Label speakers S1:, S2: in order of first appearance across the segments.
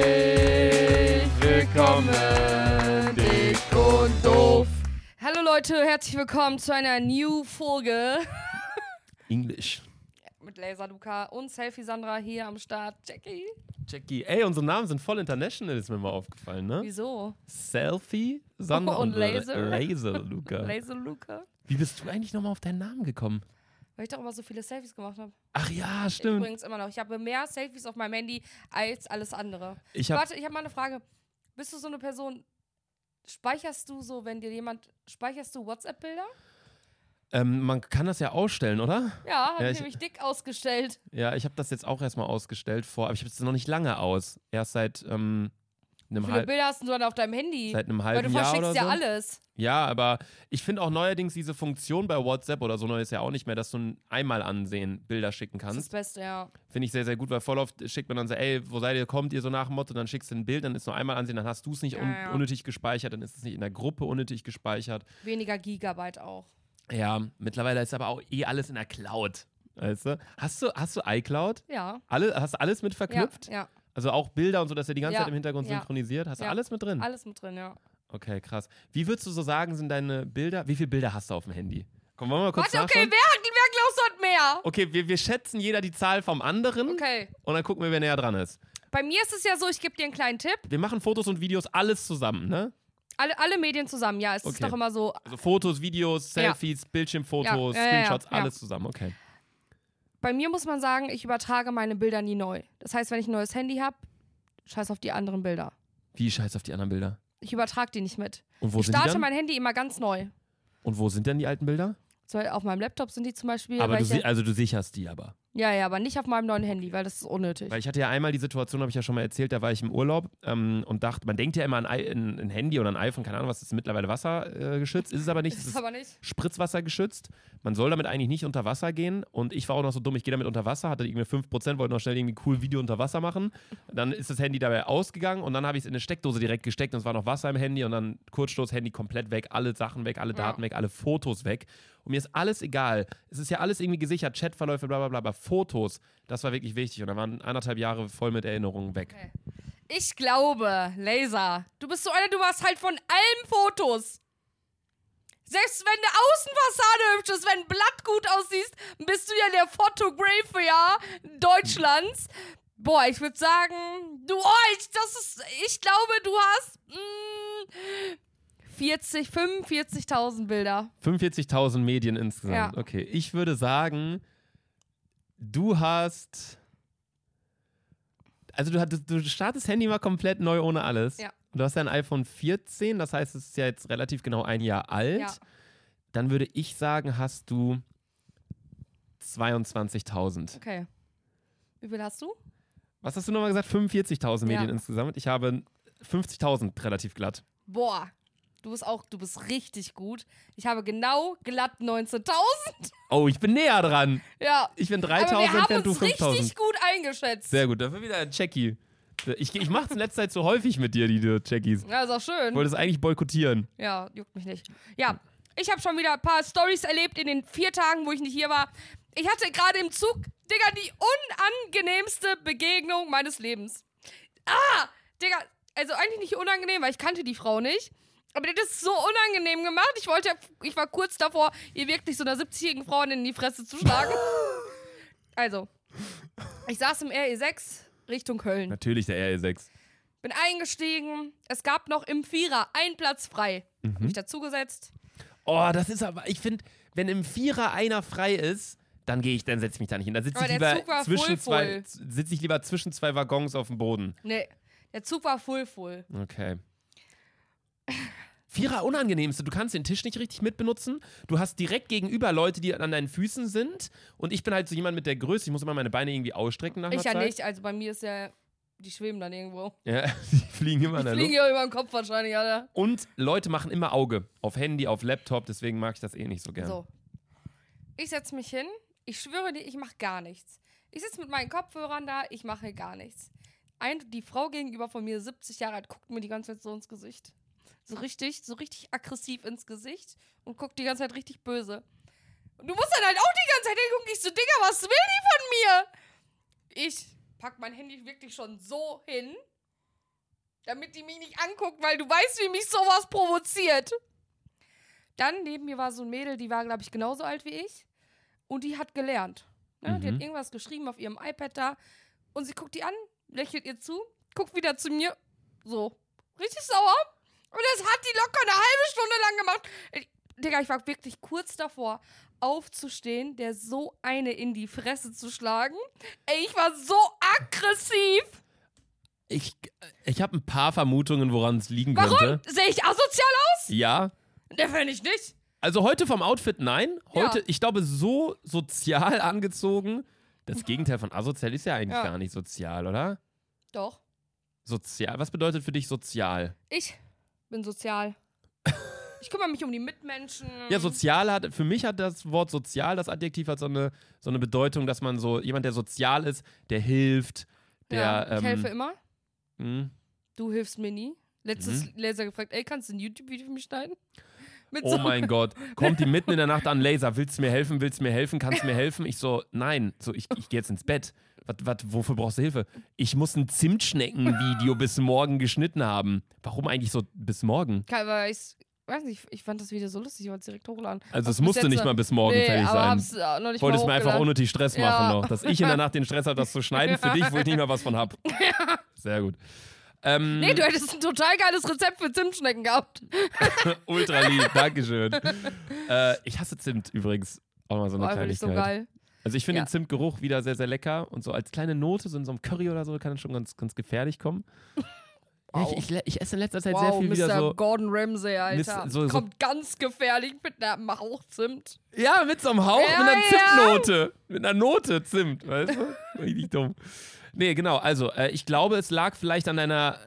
S1: Herzlich willkommen, dick und doof.
S2: Hallo Leute, herzlich willkommen zu einer new Folge
S1: Englisch.
S2: mit Laser Luca und Selfie Sandra hier am Start. Jackie,
S1: Jackie, ey, unsere Namen sind voll international, ist mir mal aufgefallen, ne?
S2: wieso? Oh,
S1: Selfie, Sandra
S2: Und Laser.
S1: Laser, Luca.
S2: Laser Luca,
S1: Wie bist du eigentlich nochmal auf deinen Namen gekommen?
S2: weil ich doch immer so viele Selfies gemacht habe.
S1: Ach ja, stimmt.
S2: Übrigens immer noch. Ich habe mehr Selfies auf meinem Handy als alles andere.
S1: Ich hab,
S2: Warte, ich habe mal eine Frage. Bist du so eine Person? Speicherst du so, wenn dir jemand speicherst du WhatsApp-Bilder?
S1: ähm, man kann das ja ausstellen, oder?
S2: Ja, habe
S1: Ja,
S2: ich
S1: ich-
S2: nämlich dick ausgestellt.
S1: Ja, ich habe das jetzt auch erstmal ausgestellt vor, aber ich habe es noch nicht lange aus. Erst seit ähm,
S2: Wie
S1: einem,
S2: viele
S1: halb,
S2: Bilder hast du dann auf deinem Handy?
S1: seit einem
S2: Weil
S1: halben
S2: du
S1: Jahr
S2: verschickst
S1: oder so.
S2: ja alles.
S1: Ja, aber ich finde auch neuerdings diese Funktion bei WhatsApp oder so neu ist ja auch nicht mehr, dass du ein einmal ansehen Bilder schicken
S2: Das ist das
S1: kannst.
S2: Beste, ja.
S1: Finde ich sehr, sehr gut, weil voll oft schickt man dann so, ey, wo seid ihr, kommt ihr so nach dem Motto, dann schickst du ein Bild, dann ist nur einmal ansehen, dann hast du es nicht
S2: Ja,
S1: un
S2: ja.
S1: unnötig gespeichert, dann ist es nicht in der Gruppe unnötig gespeichert.
S2: Weniger Gigabyte auch.
S1: Ja, mittlerweile ist aber auch eh alles in der Cloud. Weißt du? Hast du, hast du iCloud?
S2: Ja.
S1: Alle, hast du alles mit verknüpft?
S2: Ja,
S1: Also auch Bilder und so, dass er die ganze
S2: Ja,
S1: Zeit im Hintergrund
S2: ja.
S1: synchronisiert. Hast du
S2: Ja.
S1: alles mit drin?
S2: ja. alles mit drin, ja.
S1: okay, krass. Wie würdest du so sagen, sind deine Bilder? Wie viele Bilder hast du auf dem Handy? Komm, wollen wir mal kurz
S2: Warte, okay,
S1: nachschauen?
S2: wer, hat- wer glaubst du hat mehr?
S1: Okay, wir, wir schätzen jeder die Zahl vom anderen
S2: Okay.
S1: und dann gucken wir, wer näher dran ist.
S2: Bei mir ist es ja so, ich gebe dir einen kleinen Tipp.
S1: Wir machen Fotos und Videos alles zusammen, ne?
S2: Alle, alle Medien zusammen, ja. Es ist
S1: Okay.
S2: doch immer so.
S1: Also Fotos, Videos, Selfies, Bildschirmfotos,
S2: Ja, ja, ja, ja,
S1: Screenshots,
S2: ja.
S1: alles zusammen, okay.
S2: Bei mir muss man sagen, ich übertrage meine Bilder nie neu. Das heißt, wenn ich ein neues Handy habe, scheiß auf die anderen Bilder.
S1: Wie scheiß auf die anderen Bilder.
S2: Ich übertrage die nicht mit.
S1: Und wo
S2: ich
S1: sind die
S2: starte
S1: dann?
S2: mein Handy immer ganz neu.
S1: Und wo sind denn die alten Bilder?
S2: So, auf meinem Laptop sind die zum Beispiel.
S1: aber
S2: weil
S1: du,
S2: ich
S1: si-
S2: ja,
S1: also du sicherst die aber.
S2: ja, ja, aber nicht auf meinem neuen Handy, weil das ist unnötig.
S1: Weil ich hatte ja einmal die Situation, habe ich ja schon mal erzählt, da war ich im Urlaub ähm, und dachte, man denkt ja immer an I- ein, ein Handy oder ein iPhone, keine Ahnung, was ist mittlerweile wassergeschützt, äh, geschützt, ist es aber nicht.
S2: das
S1: Es
S2: ist
S1: ist
S2: aber nicht.
S1: Spritzwasser geschützt. Man soll damit eigentlich nicht unter Wasser gehen. Und ich war auch noch so dumm, ich gehe damit unter Wasser, hatte irgendwie 5%, wollte noch schnell irgendwie cool Video unter Wasser machen. Dann ist das Handy dabei ausgegangen und dann habe ich es in eine Steckdose direkt gesteckt und es war noch Wasser im Handy und dann Kurzstoß, Handy komplett weg, alle Sachen weg, alle
S2: Ja.
S1: Daten weg, alle Fotos weg. Und mir ist alles egal. Es ist ja alles irgendwie gesichert, Chatverläufe, bla bla bla, aber Fotos, das war wirklich wichtig. Und da waren anderthalb Jahre voll mit Erinnerungen weg.
S2: Ich glaube, Laser, du bist so einer, du machst halt von allem Fotos. Selbst wenn eine Außenfassade hübsch ist, wenn ein Blatt gut aussiehst, bist du ja der Fotografer ja, Deutschlands. Boah, ich würde sagen, du, oh, ich, das ist, ich glaube, du hast mm, 40, 45.000 Bilder.
S1: 45.000 Medien insgesamt.
S2: Ja.
S1: Okay, ich würde sagen, du hast. Also, du, hattest, du startest Handy mal komplett neu ohne alles.
S2: Ja.
S1: Du hast dein iPhone 14, das heißt, es ist ja jetzt relativ genau ein Jahr alt.
S2: Ja.
S1: Dann würde ich sagen, hast du 22.000.
S2: Okay. Wie viel hast du?
S1: Was hast du nochmal gesagt? 45.000
S2: Ja.
S1: Medien insgesamt. Ich habe 50.000 relativ glatt.
S2: Boah, du bist auch, du bist richtig gut. Ich habe genau glatt 19.000.
S1: Oh, ich bin näher dran.
S2: Ja.
S1: Ich bin 3.000
S2: Aber wir haben
S1: während du
S2: uns
S1: 5.000.
S2: richtig gut eingeschätzt.
S1: Sehr gut, dafür wieder ein Checky. Ich, ich mach's in letzter Zeit so häufig mit dir, die Checkies.
S2: ja, ist auch
S1: Ich
S2: schön.
S1: wollte es eigentlich boykottieren.
S2: Ja, juckt mich nicht. Ja, ich habe schon wieder ein paar Stories erlebt in den vier Tagen, wo ich nicht hier war. Ich hatte gerade im Zug, Digga, die unangenehmste Begegnung meines Lebens. Ah, Digga, also eigentlich nicht unangenehm, weil ich kannte die Frau nicht. Aber die hat das so unangenehm gemacht. Ich wollte, ich war kurz davor, ihr wirklich so einer 70-jährigen Frau in die Fresse zu schlagen. Also, ich saß im RE6 Richtung Köln.
S1: Natürlich der E RE6.
S2: Bin eingestiegen. Es gab noch im Vierer einen Platz frei.
S1: Mhm.
S2: Hab mich dazugesetzt.
S1: Oh, das ist aber, ich finde, wenn im Vierer einer frei ist, dann gehe ich, dann setze ich mich da nicht hin. Da sitze
S2: Aber
S1: ich,
S2: der
S1: lieber
S2: Zug war
S1: zwischen
S2: voll,
S1: zwei-
S2: voll.
S1: z- sitz ich lieber zwischen zwei Waggons auf dem Boden.
S2: Nee, der Zug war full full.
S1: Okay. Vierer unangenehmste. Du kannst den Tisch nicht richtig mitbenutzen. Du hast direkt gegenüber Leute, die an deinen Füßen sind. Und ich bin halt so jemand mit der Größe. Ich muss immer meine Beine irgendwie ausstrecken nach einer
S2: Ich ja
S1: Zeit.
S2: nicht, also bei mir ist ja, die schweben dann irgendwo.
S1: Ja, die fliegen immer
S2: Die
S1: in der
S2: fliegen
S1: Luft.
S2: ja über den Kopf wahrscheinlich, Alter.
S1: Und Leute machen immer Auge auf Handy, auf Laptop, deswegen mag ich das eh nicht so gern.
S2: So. Ich setz mich hin. Ich schwöre dir, ich mache gar nichts. Ich sitze mit meinen Kopfhörern da, ich mache gar nichts. Ein, die Frau gegenüber von mir, 70 Jahre alt, guckt mir die ganze Zeit so ins Gesicht. So richtig, so richtig aggressiv ins Gesicht und guckt die ganze Zeit richtig böse. Und du musst dann halt auch die ganze Zeit hingucken. Ich so, Digga, was will die von mir? Ich pack mein Handy wirklich schon so hin, damit die mich nicht anguckt, weil du weißt, wie mich sowas provoziert. Dann neben mir war so ein Mädel, die war, glaube ich, genauso alt wie ich. Und die hat gelernt. Ne? Die
S1: Mhm.
S2: hat irgendwas geschrieben auf ihrem iPad da. Und sie guckt die an, lächelt ihr zu, guckt wieder zu mir. So. Richtig sauer. Und das hat die locker eine halbe Stunde lang gemacht. Ich, Digga, ich war wirklich kurz davor, aufzustehen, der so eine in die Fresse zu schlagen. Ey, ich war so aggressiv.
S1: Ich, ich habe ein paar Vermutungen, woran es liegen
S2: Warum?
S1: könnte.
S2: Sehe ich asozial
S1: Ja.
S2: aus? Der finde ich nicht.
S1: Also heute vom Outfit nein. Heute,
S2: Ja.
S1: ich glaube, so sozial angezogen. Das Gegenteil von asozial ist ja eigentlich
S2: Ja.
S1: gar nicht sozial, oder?
S2: Doch.
S1: Sozial. Was bedeutet für dich sozial?
S2: Ich bin sozial. Ich kümmere mich um die Mitmenschen.
S1: Ja, sozial hat, für mich hat das Wort sozial, das Adjektiv hat so eine, so eine Bedeutung, dass man so, jemand, der sozial ist, der hilft, Hm. der.
S2: Ja, ich
S1: ähm,
S2: helfe immer.
S1: mh.
S2: Du hilfst mir nie. Letztes Leser gefragt, ey, kannst du ein YouTube-Video für mich schneiden? Mit
S1: Mhm. Oh mein Gott, kommt die mitten in der Nacht an, Laser, willst du mir helfen, willst du mir helfen, kannst du mir helfen? Ich so, nein, so, ich, ich gehe jetzt ins Bett. Was, was, wofür brauchst du Hilfe? Ich muss ein Zimtschnecken-Video bis morgen geschnitten haben. Warum eigentlich so bis morgen?
S2: Kein- weil ich weiß nicht, ich fand das Video so lustig, ich wollte es direkt hochladen.
S1: Also es
S2: bis
S1: musste
S2: jetzt
S1: nicht
S2: noch-
S1: mal bis morgen fertig
S2: aber
S1: sein.
S2: hab's äh, noch nicht
S1: Wolltest
S2: mal
S1: mir einfach
S2: hochgeladen.
S1: unnötig Stress machen
S2: Ja.
S1: noch. Dass ich in der Nacht den Stress habe, das zu schneiden für dich, wo ich nicht mal was von hab. Sehr gut. Ähm,
S2: Nee, du hättest ein total geiles Rezept für Zimtschnecken gehabt.
S1: Ultra lieb, Dankeschön. äh, ich hasse Zimt übrigens. Auch mal so eine
S2: Boah, finde ich
S1: Kleinigkeit.
S2: Oh, so geil.
S1: Also ich finde
S2: Ja.
S1: den Zimtgeruch wieder sehr, sehr lecker und so als kleine Note, so in so einem Curry oder so, kann das schon ganz, ganz gefährlich kommen.
S2: Wow.
S1: Ja, ich, ich, le- ich esse in letzter Zeit
S2: Wow,
S1: halt sehr viel
S2: Mr.
S1: wieder so.
S2: Gordon Ramsay, Alter.
S1: Miss- so- so-
S2: Kommt ganz gefährlich mit einem Hauch Zimt.
S1: Ja, mit so einem Hauch,
S2: Ja,
S1: mit einer
S2: ja.
S1: Zimtnote. Mit einer Note Zimt, weißt du? Richtig dumm. Nee, genau, also äh, ich glaube, es lag vielleicht an deiner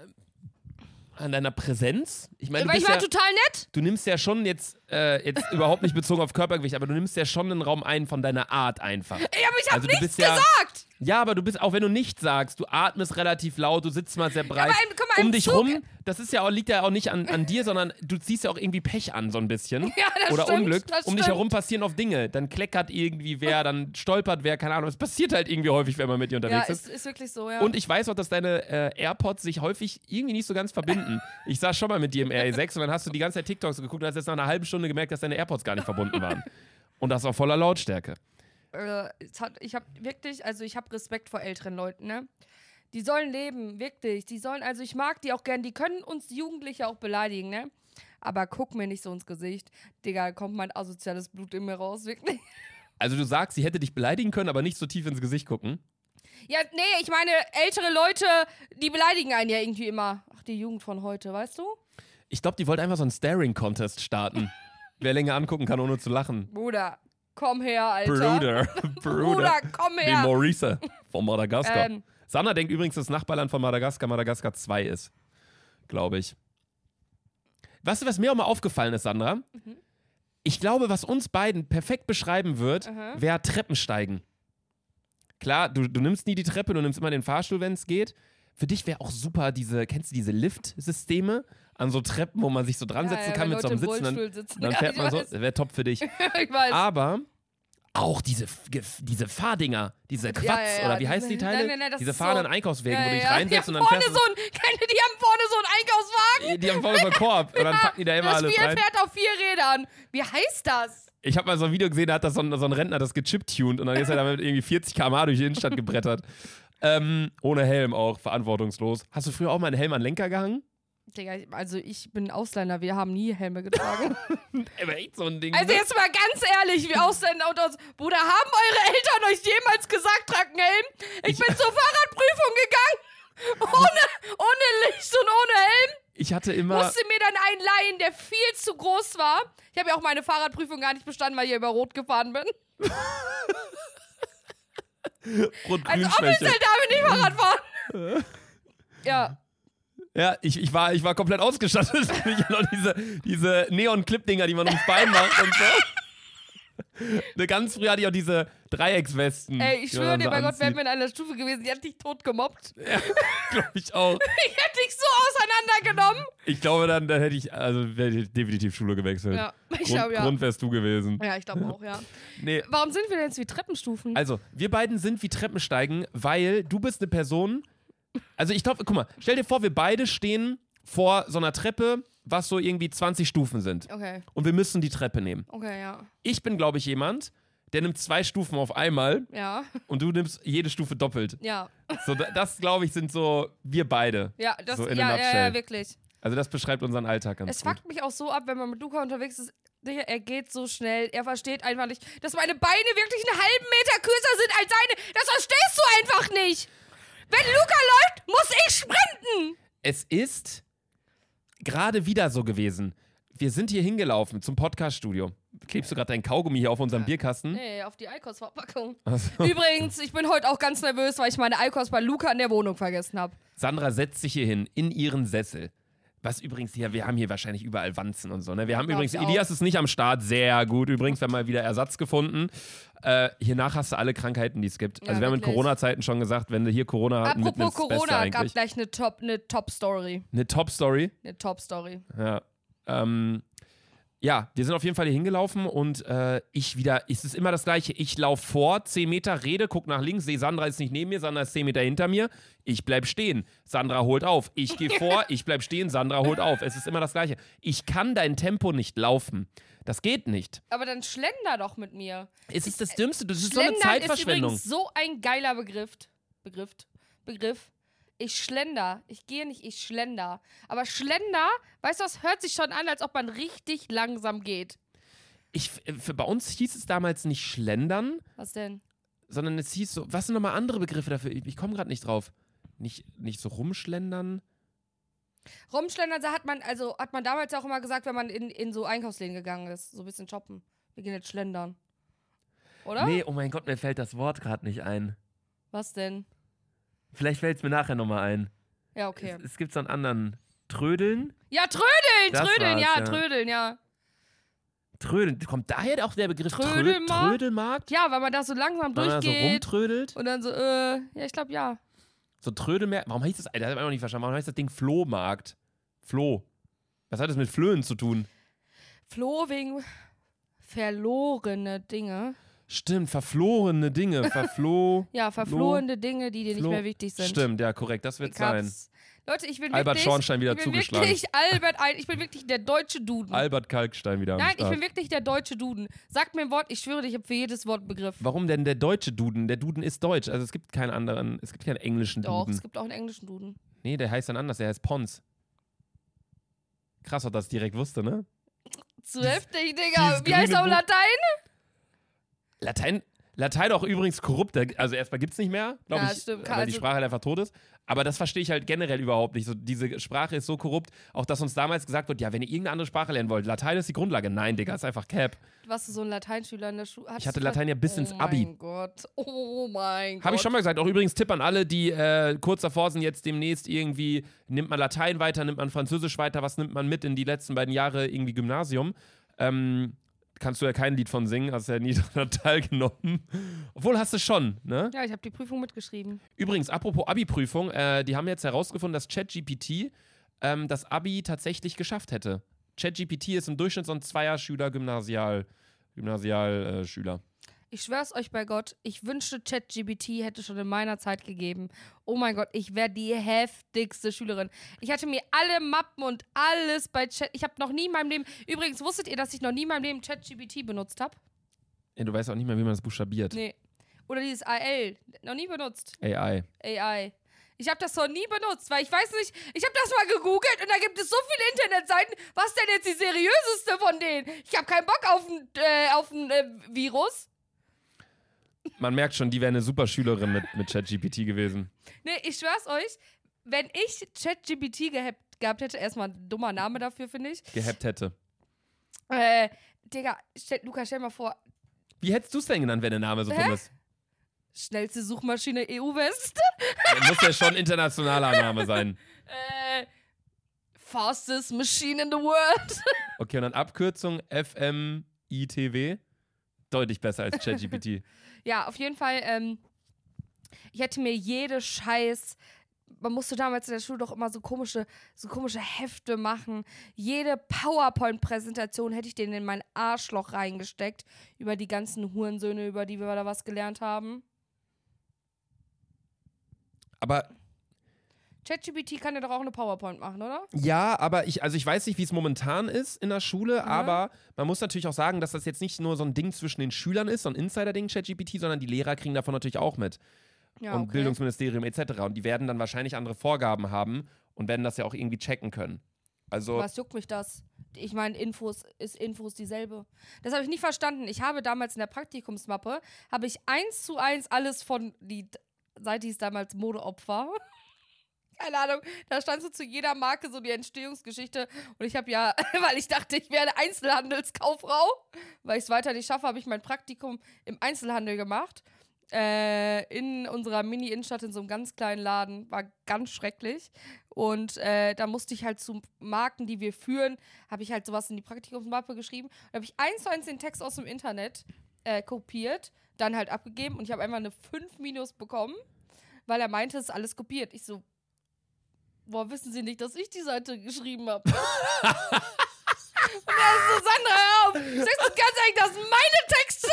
S1: an deiner Präsenz. Ich meine, du,
S2: Weil ich
S1: bist
S2: war
S1: ja,
S2: total nett.
S1: du nimmst ja schon jetzt, äh, jetzt überhaupt nicht bezogen auf Körpergewicht, aber du nimmst ja schon einen Raum ein von deiner Art einfach.
S2: Ey, aber ich habe
S1: Also du
S2: nichts
S1: bist ja-
S2: gesagt.
S1: Ja, aber du bist, auch wenn du nichts sagst, du atmest relativ laut, du sitzt mal sehr
S2: aber
S1: breit
S2: ein- guck mal,
S1: um
S2: ein
S1: dich
S2: Zug-
S1: rum. Das ist ja auch, liegt ja auch nicht an, an dir, sondern du ziehst ja auch irgendwie Pech an, so ein bisschen.
S2: Ja, das
S1: Oder
S2: stimmt,
S1: Unglück.
S2: das
S1: um dich
S2: stimmt.
S1: herum passieren auf Dinge. Dann kleckert irgendwie wer, dann stolpert wer, keine Ahnung. Es passiert halt irgendwie häufig, wenn man mit dir
S2: Ja,
S1: unterwegs ist.
S2: ist, ist wirklich so, ja.
S1: Und ich weiß auch, dass deine äh, AirPods sich häufig irgendwie nicht so ganz verbinden. Ich saß schon mal mit dir im RE6 und dann hast du die ganze Zeit TikToks geguckt und hast jetzt nach einer halben Stunde gemerkt, dass deine AirPods gar nicht verbunden waren. Und das auf voller Lautstärke.
S2: äh, es hat, ich habe wirklich, also ich habe Respekt vor älteren Leuten, ne? Die sollen leben, wirklich. Die sollen, also ich mag die auch gern, die können uns Jugendliche auch beleidigen, ne? Aber guck mir nicht so ins Gesicht. Digga, da kommt mein asoziales Blut in mir raus, wirklich.
S1: Also du sagst, sie hätte dich beleidigen können, aber nicht so tief ins Gesicht gucken.
S2: Ja, nee, ich meine, ältere Leute, die beleidigen einen ja irgendwie immer. Ach, die Jugend von heute, weißt du?
S1: Ich glaube, die wollte einfach so einen Staring-Contest starten. Wer länger angucken kann, ohne zu lachen.
S2: Bruder, komm her, Alter.
S1: Bruder.
S2: Bruder,
S1: Bruder.
S2: komm
S1: Wie
S2: her.
S1: Maurice von Madagaskar.
S2: Ähm.
S1: Sanna denkt übrigens, dass Nachbarland von Madagaskar Madagaskar 2 ist. Glaube ich. Weißt du, was mir auch mal aufgefallen ist, Sandra?
S2: Mhm.
S1: Ich glaube, was uns beiden perfekt beschreiben wird,
S2: Aha.
S1: wäre Treppensteigen. Klar, du, du nimmst nie die Treppe, du nimmst immer den Fahrstuhl, wenn es geht. Für dich wäre auch super diese, kennst du diese Lift-Systeme an so Treppen, wo man sich so dran
S2: Ja,
S1: setzen
S2: ja,
S1: kann
S2: wenn
S1: mit so einem
S2: Leute
S1: Sitzen.
S2: im Rollstuhl sitzen.
S1: Dann, dann
S2: Ja,
S1: fährt
S2: ich
S1: man so,
S2: weiß.
S1: wäre top für dich.
S2: ich weiß.
S1: Aber auch diese, F- gef- diese Fahrdinger, diese Quatz,
S2: ja, ja,
S1: oder wie
S2: diese-
S1: heißen die Teile?
S2: nein, nein, nein, das
S1: diese
S2: ist
S1: fahren
S2: so-
S1: an Einkaufswegen,
S2: ja,
S1: wo du dich
S2: ja, ja.
S1: reinsetzt
S2: die
S1: und
S2: haben
S1: dann
S2: vorne
S1: fährst du,
S2: so ein, keine, die haben vorne so einen Einkaufswagen.
S1: Die haben vorne so einen Korb und dann packen die da immer
S2: Das
S1: alles
S2: Spiel
S1: rein.
S2: fährt auf vier Rädern. Wie heißt das?
S1: Ich habe mal so ein Video gesehen, da hat das so ein, so ein Rentner das gechiptuned und dann ist er damit irgendwie 40 km/h durch die Innenstadt gebrettert. Ähm, ohne Helm auch, verantwortungslos. Hast du früher auch mal einen Helm an den Lenker gehangen?
S2: Digga, ich- also ich bin Ausländer, wir haben nie Helme getragen.
S1: Ey, aber echt so ein Ding.
S2: also
S1: ne?
S2: jetzt mal ganz ehrlich, wir Ausländer und uns. Bruder, haben eure Eltern euch jemals gesagt, tragt einen Helm? Ich, bin zur Fahrradprüfung gegangen. Ohne, ohne Licht und ohne Helm.
S1: ich hatte immer.
S2: Musste mir dann einen leihen, der viel zu groß war. Ich habe ja auch meine Fahrradprüfung gar nicht bestanden, weil ich ja über Rot gefahren bin. Als
S1: Rot-Grün-Schwäche.
S2: Also Offiziell darf ich nicht Fahrrad fahren. ja.
S1: Ja, ich, ich, war, ich war komplett ausgestattet. ich hatte noch diese, diese Neon-Clip-Dinger, die man ums Bein macht und so. Ne, ganz früh hatte ich auch diese Dreieckswesten.
S2: Ey, ich
S1: die
S2: schwöre
S1: man
S2: dir,
S1: so
S2: bei Gott, wären
S1: anzieht.
S2: wir in einer Stufe gewesen, die hat dich tot gemobbt.
S1: Äh. Glaube ich auch.
S2: Ich hätte dich so auseinandergenommen.
S1: Ich glaube, dann, dann hätte ich, also wär ich definitiv Schule gewechselt.
S2: Ja, ich
S1: Äh, Grund,
S2: glaube ja.
S1: Grund wärst du gewesen.
S2: Ja, ich glaube auch, ja.
S1: Nee,
S2: Warum sind wir denn jetzt wie Treppenstufen?
S1: also, wir beiden sind wie Treppensteigen, weil du bist eine Person. Also, ich glaube, guck mal, stell dir vor, wir beide stehen vor so einer Treppe, was so irgendwie 20 Stufen sind.
S2: Okay,
S1: Und wir müssen die Treppe nehmen.
S2: okay, ja.
S1: Ich bin, glaube ich, jemand, der nimmt zwei Stufen auf einmal
S2: Ja,
S1: und du nimmst jede Stufe doppelt.
S2: ja.
S1: So, da- das, glaube ich, sind so wir beide.
S2: Ja, das,
S1: So in a
S2: ja, ja, ja,
S1: nutshell.
S2: wirklich.
S1: Also, das beschreibt unseren Alltag ganz
S2: Es
S1: gut.
S2: fuckt mich auch so ab, wenn man mit Luca unterwegs ist. Digga, Er geht so schnell, er versteht einfach nicht, dass meine Beine wirklich einen halben Meter kürzer sind als seine. Das verstehst du einfach nicht. Wenn Luca läuft, muss ich sprinten.
S1: es ist gerade wieder so gewesen. Wir sind hier hingelaufen zum Podcast-Studio. Klebst du gerade deinen Kaugummi hier auf unserem Bierkasten?
S2: Nee, auf die Eikos-Verpackung.
S1: Also,
S2: Übrigens, ich bin heute auch ganz nervös, weil ich meine Eikos bei Luca in der Wohnung vergessen habe.
S1: Sandra setzt sich hier hin in ihren Sessel. Was übrigens hier, wir haben hier wahrscheinlich überall Wanzen und so. Ne? Wir haben
S2: Glaub
S1: übrigens,
S2: ich auch.
S1: Elias ist nicht am Start, sehr gut übrigens, wir haben mal wieder Ersatz gefunden. Äh, hiernach hast du alle Krankheiten, die es gibt.
S2: Ja,
S1: also wir haben in
S2: wirklich.
S1: Corona-Zeiten schon gesagt, wenn du hier Corona hast,
S2: Apropos Corona,
S1: eigentlich.
S2: gab gleich eine Top- eine Top-Story.
S1: Eine Top-Story.
S2: eine Top-Story.
S1: Ja. Ähm, ja, wir sind auf jeden Fall hier hingelaufen und äh, ich wieder, es ist immer das Gleiche. Ich laufe vor, 10 Meter, rede, guck nach links, sehe Sandra ist nicht neben mir, Sandra ist 10 Meter hinter mir. Ich bleib stehen. Sandra holt auf. Ich gehe vor, ich bleib stehen, Sandra holt auf. Es ist immer das Gleiche. Ich kann dein Tempo nicht laufen. Das geht nicht.
S2: Aber dann schlender doch mit mir.
S1: Es ist das Dümmste. Das ist so eine
S2: Schlendern
S1: Zeitverschwendung.
S2: ist übrigens so ein geiler Begriff. Begriff. Begriff. Ich schlender. Ich gehe nicht, ich schlender. Aber schlender, weißt du was, hört sich schon an, als ob man richtig langsam geht.
S1: Ich, für, bei uns hieß es damals nicht schlendern,
S2: Was denn?
S1: sondern es hieß so, was sind nochmal andere Begriffe dafür? Ich, ich komme gerade nicht drauf. Nicht, nicht so rumschlendern.
S2: Rumschlendern da hat man, also hat man damals auch immer gesagt, wenn man in, in so Einkaufsläden gegangen ist. So ein bisschen shoppen. Wir gehen jetzt schlendern. Oder?
S1: Nee, oh mein Gott, mir fällt das Wort gerade nicht ein.
S2: Was denn?
S1: Vielleicht fällt es mir nachher nochmal ein.
S2: Ja, okay.
S1: Es, es gibt so einen anderen. Trödeln?
S2: Ja, trödeln,
S1: Das
S2: trödeln,
S1: war's,
S2: ja,
S1: ja.
S2: trödeln, ja.
S1: Trödeln. Kommt daher auch der Begriff Trö-
S2: Trödelmarkt?
S1: Trödelmarkt?
S2: Ja, weil man da so langsam
S1: Wenn man da so
S2: durchgeht.
S1: rumtrödelt.
S2: und dann so, äh, ja, ich glaube ja.
S1: So Trödelmärkte. Warum heißt das? Alter, Das hab ich noch nicht verstanden. Warum heißt das Ding Flohmarkt? Floh. Was hat das mit Flöhen zu tun?
S2: Floh wegen verlorene Dinge.
S1: Stimmt, verflorene Dinge. Verfloh.
S2: Ja, verflohene Dinge, die dir nicht
S1: Floh-
S2: mehr wichtig sind.
S1: Stimmt, ja, korrekt. Das wird sein.
S2: Gab's- Leute, ich bin
S1: Albert
S2: wirklich,
S1: Schornstein wieder
S2: ich bin
S1: zugeschlagen.
S2: Wirklich Albert, Ein- ich bin wirklich der deutsche Duden.
S1: Albert Kalkstein wieder am
S2: Nein, ich
S1: Start.
S2: bin wirklich der deutsche Duden. Sag mir ein Wort, ich schwöre, dir, ich habe für jedes Wort einen Begriff.
S1: Warum denn der deutsche Duden? Der Duden ist deutsch. Also es gibt keinen anderen, es gibt keinen englischen
S2: Doch,
S1: Duden.
S2: es gibt auch einen englischen Duden.
S1: Nee, der heißt dann anders, der heißt Pons. Krass, dass ich direkt wusste, ne?
S2: Zu heftig, Digga.
S1: dieses
S2: Wie heißt
S1: grüne
S2: er auf
S1: Buch-
S2: Latein?
S1: Latein, Latein auch übrigens korrupt. da- Also erstmal gibt's nicht mehr, glaube
S2: Ja,
S1: ich,
S2: stimmt,
S1: weil die
S2: also-
S1: Sprache halt einfach tot ist. Aber das verstehe ich halt generell überhaupt nicht. So, diese Sprache ist so korrupt, auch dass uns damals gesagt wird, ja, wenn ihr irgendeine andere Sprache lernen wollt, Latein ist die Grundlage. Nein, Digga, ist einfach Cap.
S2: Warst du so ein Lateinschüler in der Schule?
S1: Ich hatte Latein ja bis
S2: oh
S1: ins Abi.
S2: Oh mein Gott. Oh mein Gott.
S1: Habe ich schon mal gesagt. Auch übrigens Tipp an alle, die äh, kurz davor sind, jetzt demnächst irgendwie, nimmt man Latein weiter, nimmt man Französisch weiter, was nimmt man mit in die letzten beiden Jahre irgendwie Gymnasium? Ähm, kannst du ja kein Lied von singen, hast ja nie daran teilgenommen. Obwohl hast du schon, ne?
S2: Ja, ich habe die Prüfung mitgeschrieben.
S1: Übrigens, apropos Abi-Prüfung, äh, die haben jetzt herausgefunden, dass ChatGPT ähm, das Abi tatsächlich geschafft hätte. ChatGPT ist im Durchschnitt so ein Zweier-Schüler Gymnasial, Gymnasial äh, Schüler.
S2: Ich schwör's euch bei Gott, ich wünschte, ChatGBT hätte schon in meiner Zeit gegeben. Oh mein Gott, ich wäre die heftigste Schülerin. Ich hatte mir alle Mappen und alles bei Chat. Ich habe noch nie in meinem Leben. Übrigens, wusstet ihr, dass ich noch nie in meinem Leben ChatGBT benutzt habe?
S1: Ey, du weißt auch nicht mehr, wie man das buchstabiert.
S2: Nee. Oder dieses AL. Noch nie benutzt.
S1: AI.
S2: AI. Ich habe das noch nie benutzt, weil ich weiß nicht, ich habe das mal gegoogelt und da gibt es so viele Internetseiten. Was denn jetzt die seriöseste von denen? Ich habe keinen Bock auf ein äh, auf ein, äh, Virus.
S1: Man merkt schon, die wäre eine super Schülerin mit, mit ChatGPT gewesen.
S2: Nee, ich schwör's euch, wenn ich ChatGPT gehabt, gehabt hätte, erstmal ein dummer Name dafür, finde ich.
S1: Gehabt hätte.
S2: Äh, Digga, stell, Luca, stell mal vor,
S1: Wie hättest du es denn genannt, wenn der Name so
S2: Hä?
S1: dumm ist?
S2: schnellste Suchmaschine E EU-West.
S1: Dann muss ja schon ein internationaler Name sein.
S2: Äh, fastest machine in the world.
S1: Okay, und dann Abkürzung FMITW. deutlich besser als ChatGPT.
S2: Ja, auf jeden Fall. Ähm, ich hätte mir jede Scheiß. Man musste damals in der Schule doch immer so komische, so komische Hefte machen. Jede PowerPoint-Präsentation hätte ich denen in mein Arschloch reingesteckt. Über die ganzen Hurensöhne, über die wir da was gelernt haben.
S1: Aber
S2: ChatGPT kann ja doch auch eine PowerPoint machen, oder?
S1: Ja, aber ich, also ich weiß nicht, wie es momentan ist in der Schule, aber man muss natürlich auch sagen, dass das jetzt nicht nur so ein Ding zwischen den Schülern ist, so ein Insider-Ding, ChatGPT, sondern die Lehrer kriegen davon natürlich auch mit.
S2: Ja,
S1: und
S2: okay.
S1: Bildungsministerium etc. Und die werden dann wahrscheinlich andere Vorgaben haben und werden das ja auch irgendwie checken können. Also,
S2: Was juckt mich das? Ich meine, Infos ist Infos dieselbe. Das habe ich nicht verstanden. Ich habe damals in der Praktikumsmappe, habe ich eins zu eins alles von die, seit hieß damals Modeopfer. Keine Ahnung, da stand so zu jeder Marke so die Entstehungsgeschichte. Und ich habe ja, weil ich dachte, ich wäre eine Einzelhandelskauffrau, weil ich es weiter nicht schaffe, habe ich mein Praktikum im Einzelhandel gemacht. Äh, in unserer Mini-Innenstadt in so einem ganz kleinen Laden. War ganz schrecklich. Und äh, da musste ich halt zu Marken, die wir führen, habe ich halt sowas in die Praktikumsmappe geschrieben. Da habe ich eins zu eins den Text aus dem Internet äh, kopiert, dann halt abgegeben und ich habe einfach eine 5 Minus bekommen, weil er meinte, es ist alles kopiert. Ich so, boah, wissen Sie nicht, dass ich die Seite geschrieben habe? und er ist so, Sandra, hör auf! Sagst du ganz ehrlich, dass meine Texte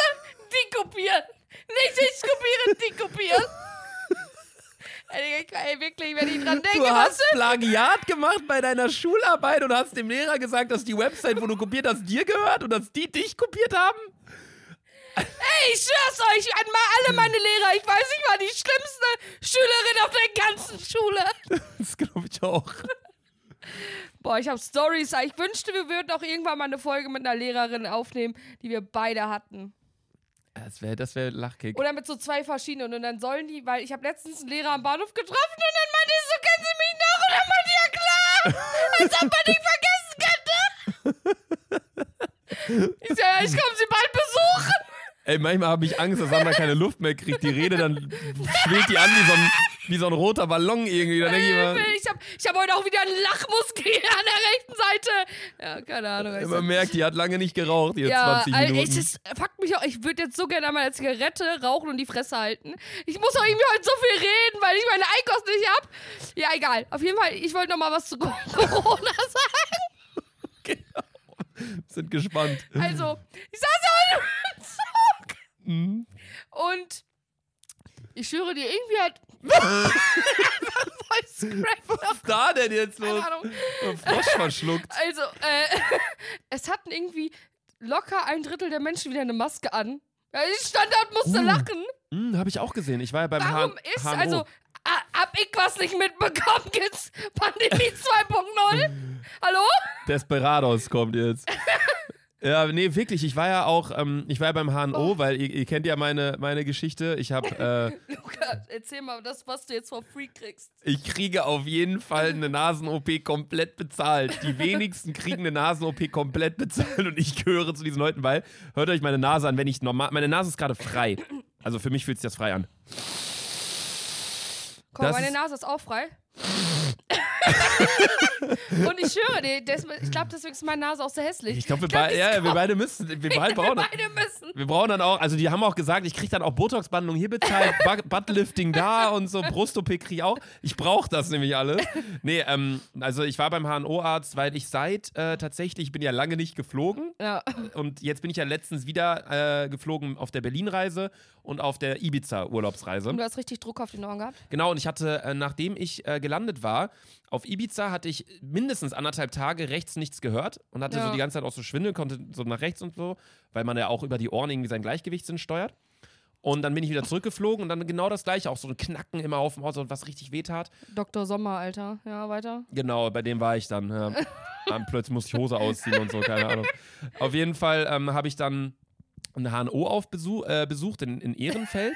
S2: die kopieren? Nicht ich kopiere, die kopieren! Ey, Digga, ey, wirklich, wenn ich dran denke,
S1: du
S2: was
S1: hast Plagiat gemacht bei deiner Schularbeit und hast dem Lehrer gesagt, dass die Website, wo du kopiert hast, dir gehört und dass die dich kopiert haben?
S2: Ich schwör's euch, einmal alle meine Lehrer. Ich weiß, ich war die schlimmste Schülerin auf der ganzen Schule.
S1: Das glaube ich auch.
S2: Boah, ich hab Stories. Ich wünschte, wir würden auch irgendwann mal eine Folge mit einer Lehrerin aufnehmen, die wir beide hatten.
S1: Das wäre das wär Lachkick.
S2: Oder mit so zwei verschiedenen. Und dann sollen die, weil ich habe letztens einen Lehrer am Bahnhof getroffen und dann meinte ich so, kennen Sie mich noch? Und dann meinte ich, ja klar. Als ob man dich vergessen könnte. Ich so, ja, ich komme Sie bald besuchen.
S1: Ey, manchmal habe ich Angst, dass Sandra keine Luft mehr kriegt. Die Rede, dann schwillt die an wie so ein, wie so ein roter Ballon irgendwie. Da denke
S2: Hilfe, ich habe ich hab heute auch wieder einen Lachmuskel an der rechten Seite. Ja, keine Ahnung.
S1: ich
S2: weißt
S1: immer,
S2: du.
S1: immer merkt, die hat lange nicht geraucht, ihre
S2: ja,
S1: 20
S2: Alter,
S1: Minuten.
S2: es ist, fuckt mich auch. Ich würde jetzt so gerne einmal eine Zigarette rauchen und die Fresse halten. Ich muss auch irgendwie heute so viel reden, weil ich meine Eikost nicht hab. Ja, egal. Auf jeden Fall, ich wollte noch mal was zu Corona sagen.
S1: Sind gespannt.
S2: Also, ich saß ja heute im
S1: Mhm.
S2: Zug. Und ich schwöre dir, irgendwie hat. Voice Crack.
S1: Was ist da denn jetzt los?
S2: Keine Ahnung.
S1: Frosch verschluckt.
S2: Also, äh, es hatten irgendwie locker ein Drittel der Menschen wieder eine Maske an. Ja, Ich stand da und musste
S1: Uh.
S2: lachen.
S1: Hm, habe ich auch gesehen. Ich war ja beim
S2: Warum
S1: H-
S2: ist,
S1: HNO.
S2: also, a- hab ich was nicht mitbekommen? Gibt's Pandemie 2.0? Hallo?
S1: Desperados kommt jetzt. Ja, nee, wirklich. Ich war ja auch, ähm, ich war ja beim HNO, weil ihr, ihr kennt ja meine, meine Geschichte. Ich habe, äh,
S2: Lukas, erzähl mal das, was du jetzt for free kriegst.
S1: ich kriege auf jeden Fall eine Nasen-OP komplett bezahlt. Die wenigsten kriegen eine Nasen-OP komplett bezahlt und ich gehöre zu diesen Leuten, weil, hört euch meine Nase an, wenn ich normal, meine Nase ist gerade frei. Also für mich fühlt sich das frei an.
S2: Komm,
S1: Das
S2: meine
S1: ist-
S2: Nase ist auch frei. und ich schwöre dir, des, ich glaube, deswegen ist meine Nase auch so hässlich.
S1: Ich glaube, wir,
S2: glaub,
S1: bei-
S2: das
S1: ja, ja, wir
S2: kommt.
S1: beide müssen, wir beide
S2: Wir
S1: brauchen
S2: beide müssen.
S1: Wir brauchen dann auch, also die haben auch gesagt, ich kriege dann auch Botox-Behandlung hier bezahlt, Bu- Buttlifting da und so, Brust-OP kriege ich auch. Ich brauche das nämlich alles. Nee, ähm, also ich war beim HNO-Arzt, weil ich seit äh, tatsächlich, ich bin ja lange nicht geflogen
S2: Ja.
S1: und jetzt bin ich ja letztens wieder äh, geflogen auf der Berlin-Reise und auf der Ibiza-Urlaubsreise.
S2: Und du hast richtig Druck auf den Ohren gehabt.
S1: Genau, und ich hatte, äh, nachdem ich äh, gelandet war, auf Ibiza hatte ich mindestens anderthalb Tage rechts nichts gehört und hatte
S2: Ja.
S1: so die ganze Zeit auch so Schwindel, konnte so nach rechts und so, weil man ja auch über die Ohren irgendwie sein Gleichgewichtssinn steuert. Und dann bin ich wieder zurückgeflogen und dann genau das gleiche, auch so ein Knacken immer auf dem Haus und was richtig wehtat.
S2: Dr. Sommer, Alter. Ja, weiter.
S1: Genau, bei dem war ich dann. Ja. Ähm, plötzlich musste ich Hose ausziehen und so, keine Ahnung. Auf jeden Fall ähm, habe ich dann eine HNO aufbesuch, äh, besucht in, in Ehrenfeld.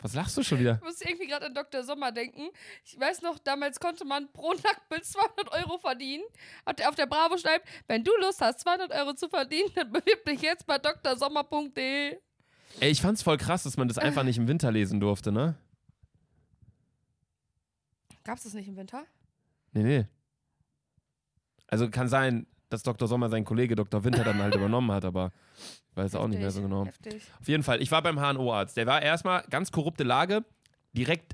S1: Was lachst du schon wieder?
S2: Ich muss irgendwie gerade an Dr. Sommer denken. Ich weiß noch, damals konnte man pro Nacktbild 200 Euro verdienen. Hat er auf der Bravo schreibt, wenn du Lust hast, 200 Euro zu verdienen, dann bewirb dich jetzt bei drsommer.de.
S1: Ey, ich fand's voll krass, dass man das einfach nicht im Winter lesen durfte, ne?
S2: Gab's das nicht im Winter?
S1: Nee, nee. Also kann sein, dass Dr. Sommer seinen Kollege Dr. Winter dann halt übernommen hat, aber ich weiß auch nicht mehr so genau.
S2: Heftig.
S1: Auf jeden Fall, ich war beim HNO-Arzt. Der war erstmal ganz korrupte Lage, direkt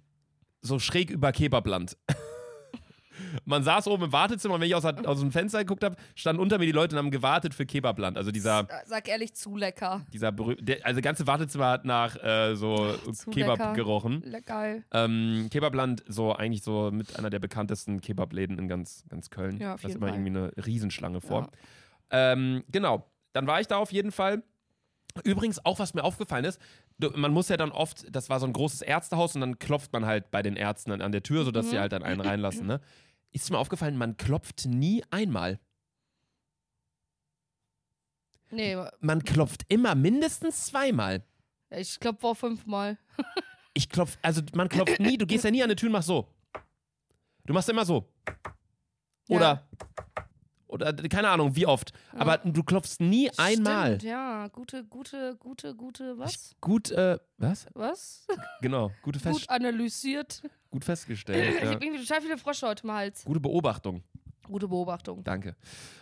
S1: so schräg über Kebabland. Man saß oben im Wartezimmer und wenn ich aus, der- aus dem Fenster geguckt habe, standen unter mir die Leute und haben gewartet für Kebabland. Also dieser,
S2: Äh, Sag ehrlich, zu lecker.
S1: dieser berüh- der, also das ganze Wartezimmer hat nach äh, so
S2: zu
S1: Kebab
S2: lecker.
S1: gerochen.
S2: Le- Geil.
S1: Ähm, Kebabland, so eigentlich so mit einer der bekanntesten Kebabläden in ganz, ganz Köln.
S2: Ja, auf
S1: da ist
S2: jeden
S1: immer
S2: Fall.
S1: irgendwie eine Riesenschlange vor. Ähm, genau, dann war ich da auf jeden Fall. Übrigens auch, was mir aufgefallen ist, du- man muss ja dann oft, das war so ein großes Ärztehaus und dann klopft man halt bei den Ärzten an, an der Tür, sodass
S2: Mhm.
S1: sie halt dann einen reinlassen. Ne? Ist mir aufgefallen, man klopft nie einmal.
S2: Nee,
S1: Man klopft immer mindestens zweimal.
S2: ich glaube, war fünfmal.
S1: Ich klopf, also man klopft nie, du gehst ja nie an eine Tür und machst so. Du machst immer so.
S2: Ja.
S1: Oder, oder keine Ahnung, wie oft. Aber du klopfst nie einmal.
S2: Stimmt, ja, gute, gute, gute, gute, was?
S1: Gut, äh, was?
S2: Was?
S1: Genau, gute Fest,
S2: Gut analysiert.
S1: gut festgestellt.
S2: Ich
S1: ja.
S2: habe irgendwie total viele Frösche heute im Hals.
S1: Gute Beobachtung.
S2: Gute Beobachtung.
S1: Danke.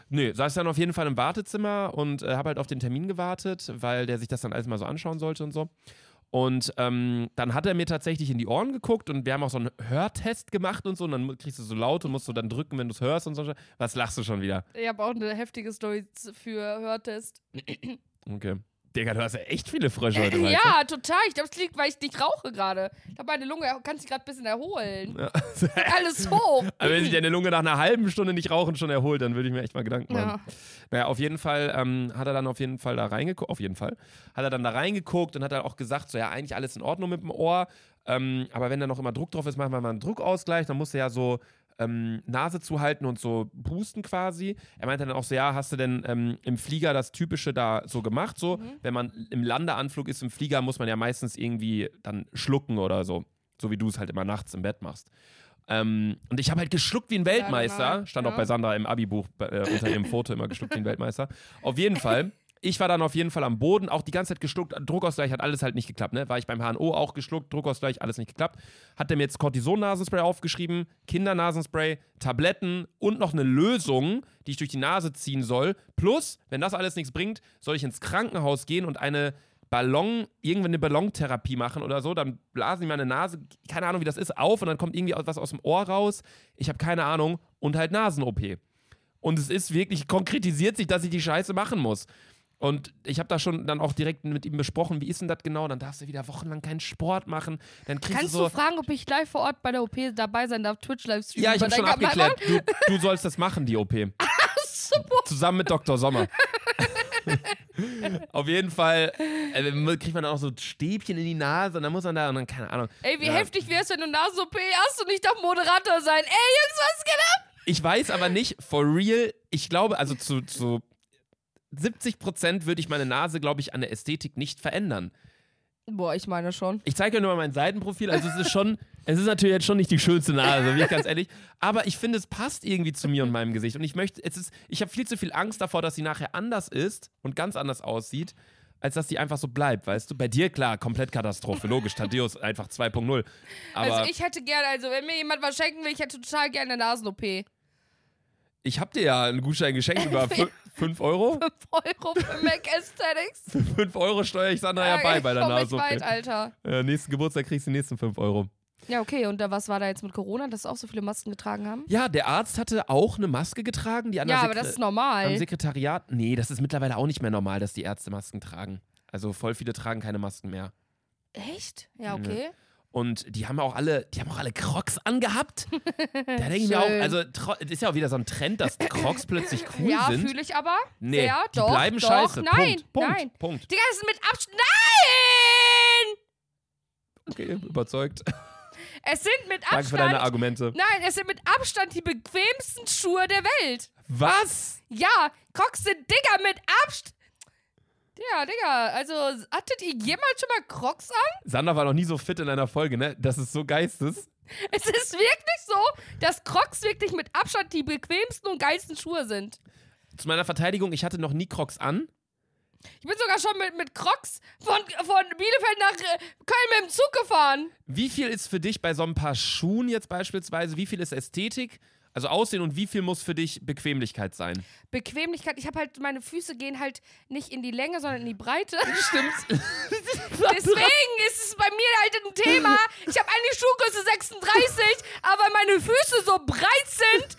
S1: Nö, saß dann auf jeden Fall im Wartezimmer und äh, habe halt auf den Termin gewartet, weil der sich das dann alles mal so anschauen sollte und so. Und ähm, dann hat er mir tatsächlich in die Ohren geguckt und wir haben auch so einen Hörtest gemacht und so. Und dann mu- kriegst du so laut und musst du dann drücken, wenn du es hörst und so. Was lachst du schon wieder?
S2: Ich habe auch eine heftige Story z- für Hörtest.
S1: Okay. Digga, du hast ja echt viele Frösche heute. weißt du?
S2: Äh, Ja, total. Ich glaube, es liegt, weil ich nicht rauche gerade. Ich habe meine Lunge, kann sich gerade ein bisschen erholen.
S1: Ja.
S2: Alles hoch.
S1: Aber wenn sich deine Lunge nach einer halben Stunde nicht rauchen schon erholt, dann würde ich mir echt mal Gedanken machen. Naja, auf jeden Fall ähm, hat er dann auf jeden Fall da reingeguckt, auf jeden Fall, hat er dann da reingeguckt und hat dann auch gesagt, so ja, eigentlich alles in Ordnung mit dem Ohr, ähm, aber wenn da noch immer Druck drauf ist, machen wir mal einen Druckausgleich, dann musst du ja so ähm, Nase zuhalten und so pusten quasi. Er meinte dann auch so, ja, hast du denn ähm, im Flieger das Typische da so gemacht, so, wenn man im Landeanflug ist, im Flieger muss man ja meistens irgendwie dann schlucken oder so, so wie du es halt immer nachts im Bett machst. Ähm, und ich habe halt geschluckt wie ein Weltmeister.
S2: normal.
S1: Stand auch
S2: Ja.
S1: bei Sandra im Abi-Buch bei- äh, unter ihrem Foto immer geschluckt wie ein Weltmeister. Auf jeden Fall. Ich war dann auf jeden Fall am Boden, auch die ganze Zeit geschluckt. Druckausgleich hat alles halt nicht geklappt. Ne? War ich beim HNO auch geschluckt, Druckausgleich, alles nicht geklappt. Hat er mir jetzt Cortison-Nasenspray aufgeschrieben, Kindernasenspray, Tabletten und noch eine Lösung, die ich durch die Nase ziehen soll. Plus, wenn das alles nichts bringt, soll ich ins Krankenhaus gehen und eine Ballon, irgendwann eine Ballontherapie machen oder so, dann blasen die meine Nase, keine Ahnung, wie das ist, auf und dann kommt irgendwie was aus dem Ohr raus. Ich habe keine Ahnung und halt Nasen-OP. Und es ist wirklich, konkretisiert sich, dass ich die Scheiße machen muss. Und ich habe da schon dann auch direkt mit ihm besprochen, wie ist denn das genau? Dann darfst du wieder wochenlang keinen Sport machen. Dann kriegst
S2: Kannst
S1: du so.
S2: du fragen, ob ich live vor Ort bei der OP dabei sein darf? Twitch-Livestream.
S1: ja, ich
S2: über
S1: habe schon
S2: deinen Kanal?
S1: abgeklärt. Du, du sollst das machen, die OP. Zusammen mit Dr. Sommer. Auf jeden Fall äh, kriegt man dann auch so Stäbchen in die Nase und dann muss man da und dann, keine Ahnung.
S2: Ey, wie
S1: Ja.
S2: heftig wär's, wenn du Nasen-OP hast und ich darf Moderator sein. Ey, Jungs, was geht ab?
S1: Ich weiß aber nicht, for real, ich glaube, also zu, zu 70 Prozent würde ich meine Nase, glaube ich, an der Ästhetik nicht verändern.
S2: Boah, ich meine schon.
S1: Ich zeige ja nur mal mein Seitenprofil, also es ist schon, es ist natürlich jetzt schon nicht die schönste Nase, bin ich ganz ehrlich, aber ich finde, es passt irgendwie zu mir und meinem Gesicht und ich möchte, es ist, ich habe viel zu viel Angst davor, dass sie nachher anders ist und ganz anders aussieht, als dass sie einfach so bleibt, weißt du? Bei dir, klar, komplett Katastrophe, logisch, Tadeus einfach 2.0, aber
S2: also
S1: ich,
S2: ich hätte gerne, also wenn mir jemand was schenken will, ich hätte total gerne eine Nasen-OP. 5
S1: habe dir ja einen Gutschein geschenkt über 5 Euro.
S2: Euro für Mac Aesthetics.
S1: 5 Euro steuere ich Sandra ja
S2: Ey,
S1: bei
S2: ich
S1: bei der
S2: komm nicht
S1: Nase.
S2: weit, Alter.
S1: Ja, nächsten Geburtstag kriegst du die nächsten 5 Euro.
S2: Ja, okay, und da, was war da jetzt mit Corona, dass auch so viele Masken getragen haben?
S1: Ja, der Arzt hatte auch eine Maske getragen, die an der
S2: Ja, aber
S1: Sekre-
S2: das ist
S1: am
S2: normal.
S1: Sekretariat. Nee, das ist mittlerweile auch nicht mehr normal, dass die Ärzte Masken tragen. Also voll viele tragen keine Masken mehr.
S2: Echt? Ja, okay.
S1: Und die haben auch alle, die haben auch alle Crocs angehabt. Da denke ich mir auch,
S2: Schön.
S1: also tro- das ist ja auch wieder so ein Trend, dass Crocs plötzlich cool
S2: ja,
S1: sind.
S2: fühle ich aber.
S1: nee,
S2: sehr,
S1: die
S2: doch,
S1: bleiben
S2: doch,
S1: scheiße.
S2: Nein,
S1: Punkt, Punkt,
S2: nein.
S1: Punkt.
S2: Digga, das ist mit Abstand. Nein!
S1: Okay, überzeugt.
S2: Es sind mit
S1: Danke für deine
S2: Abstand.
S1: Argumente.
S2: Nein, es sind mit Abstand die bequemsten Schuhe der Welt.
S1: Was?
S2: Ja, Crocs sind Digga mit Abstand. Ja, Digga, also hattet ihr jemals schon mal Crocs an?
S1: Sandra war noch nie so fit in einer Folge, ne? Das ist so geistes.
S2: Es ist wirklich so, dass Crocs wirklich mit Abstand die bequemsten und geilsten Schuhe sind.
S1: Zu meiner Verteidigung, ich hatte noch nie Crocs an.
S2: Ich bin sogar schon mit, mit Crocs von, von Bielefeld nach äh, Köln mit dem Zug gefahren.
S1: Wie viel ist für dich bei so ein paar Schuhen jetzt beispielsweise, wie viel ist Ästhetik Also Aussehen und wie viel muss für dich Bequemlichkeit sein?
S2: Bequemlichkeit, ich habe halt, meine Füße gehen halt nicht in die Länge, sondern in die Breite.
S1: Stimmt.
S2: Deswegen ist es bei mir halt ein Thema. Ich habe eigentlich Schuhgröße 36, aber weil meine Füße so breit sind,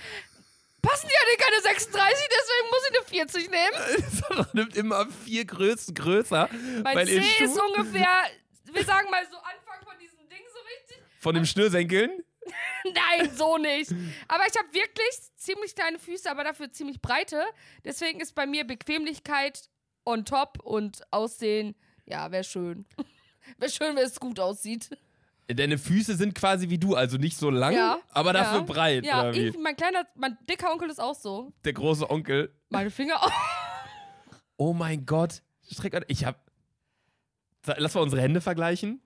S2: passen die ja nicht keine 36, deswegen muss ich eine 40 nehmen.
S1: Sandra nimmt immer vier Größen größer.
S2: Mein
S1: weil
S2: C
S1: ihr Schuh
S2: ist ungefähr, wir sagen mal so Anfang von diesem Ding so richtig.
S1: von dem Schnürsenkeln.
S2: Nein, so nicht. Aber ich habe wirklich ziemlich kleine Füße, aber dafür ziemlich breite. Deswegen ist bei mir Bequemlichkeit on top und Aussehen, ja, wäre schön. Wäre schön, wenn es gut aussieht.
S1: Deine Füße sind quasi wie du, also nicht so lang,
S2: Ja,
S1: aber dafür
S2: ja.
S1: breit.
S2: Ja,
S1: oder wie?
S2: ich, mein kleiner, mein dicker Onkel ist auch so.
S1: Der große Onkel.
S2: Meine Finger auch.
S1: Oh mein Gott. Streck an. Ich hab. Sa- Lass mal unsere Hände vergleichen.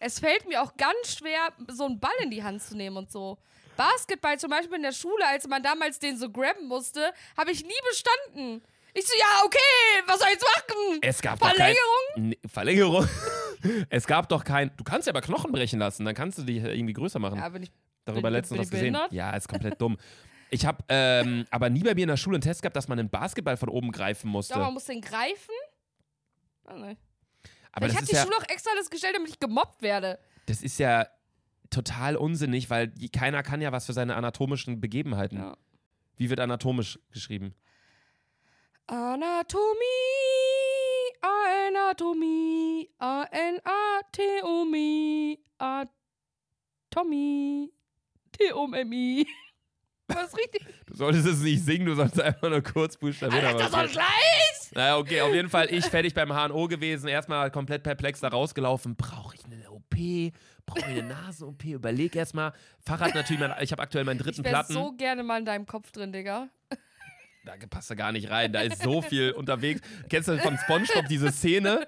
S2: Es fällt mir auch ganz schwer, so einen Ball in die Hand zu nehmen und so. Basketball zum Beispiel in der Schule, als man damals den so grabben musste, habe ich nie bestanden. Ich so, ja, okay, was soll ich jetzt machen?
S1: Es gab
S2: Verlängerung?
S1: Doch kein, Nee, Verlängerung. es gab doch kein. Du kannst ja aber Knochen brechen lassen, dann kannst du dich irgendwie größer machen.
S2: Ja, bin ich
S1: Darüber
S2: bin- bin
S1: letztens was
S2: ich
S1: gesehen.
S2: behindert?
S1: Ja, ist komplett dumm. Ich habe ähm, aber nie bei mir in der Schule einen Test gehabt, dass man einen Basketball von oben greifen musste.
S2: Ja, man muss den greifen. Oh, nein.
S1: aber
S2: ich
S1: das
S2: habe
S1: ist,
S2: die
S1: ja,
S2: Schule auch extra das gestellt, damit ich gemobbt werde.
S1: das ist ja total unsinnig, weil je- keiner kann ja was für seine anatomischen Begebenheiten.
S2: Ja.
S1: Wie wird anatomisch geschrieben?
S2: Anatomie, Anatomie, A-N-A-T-O-M-I, Atomi, T-O-M-I. Was richtig?
S1: Du solltest es nicht singen, du solltest einfach nur kurz buchstabieren.
S2: Alter,
S1: aber
S2: das ist doch
S1: okay.
S2: gleich!
S1: Naja, okay, auf jeden Fall ich fertig beim HNO gewesen, erstmal komplett perplex da rausgelaufen. Brauche ich eine OP? Brauche ich eine Nasen-OP? Überleg erstmal. Fahrrad natürlich, mein, ich habe aktuell meinen dritten
S2: Ich wäre
S1: Platten.
S2: so gerne mal in deinem Kopf drin, Digga.
S1: Da passt er gar nicht rein. Da ist so viel unterwegs. Kennst du von SpongeBob diese Szene,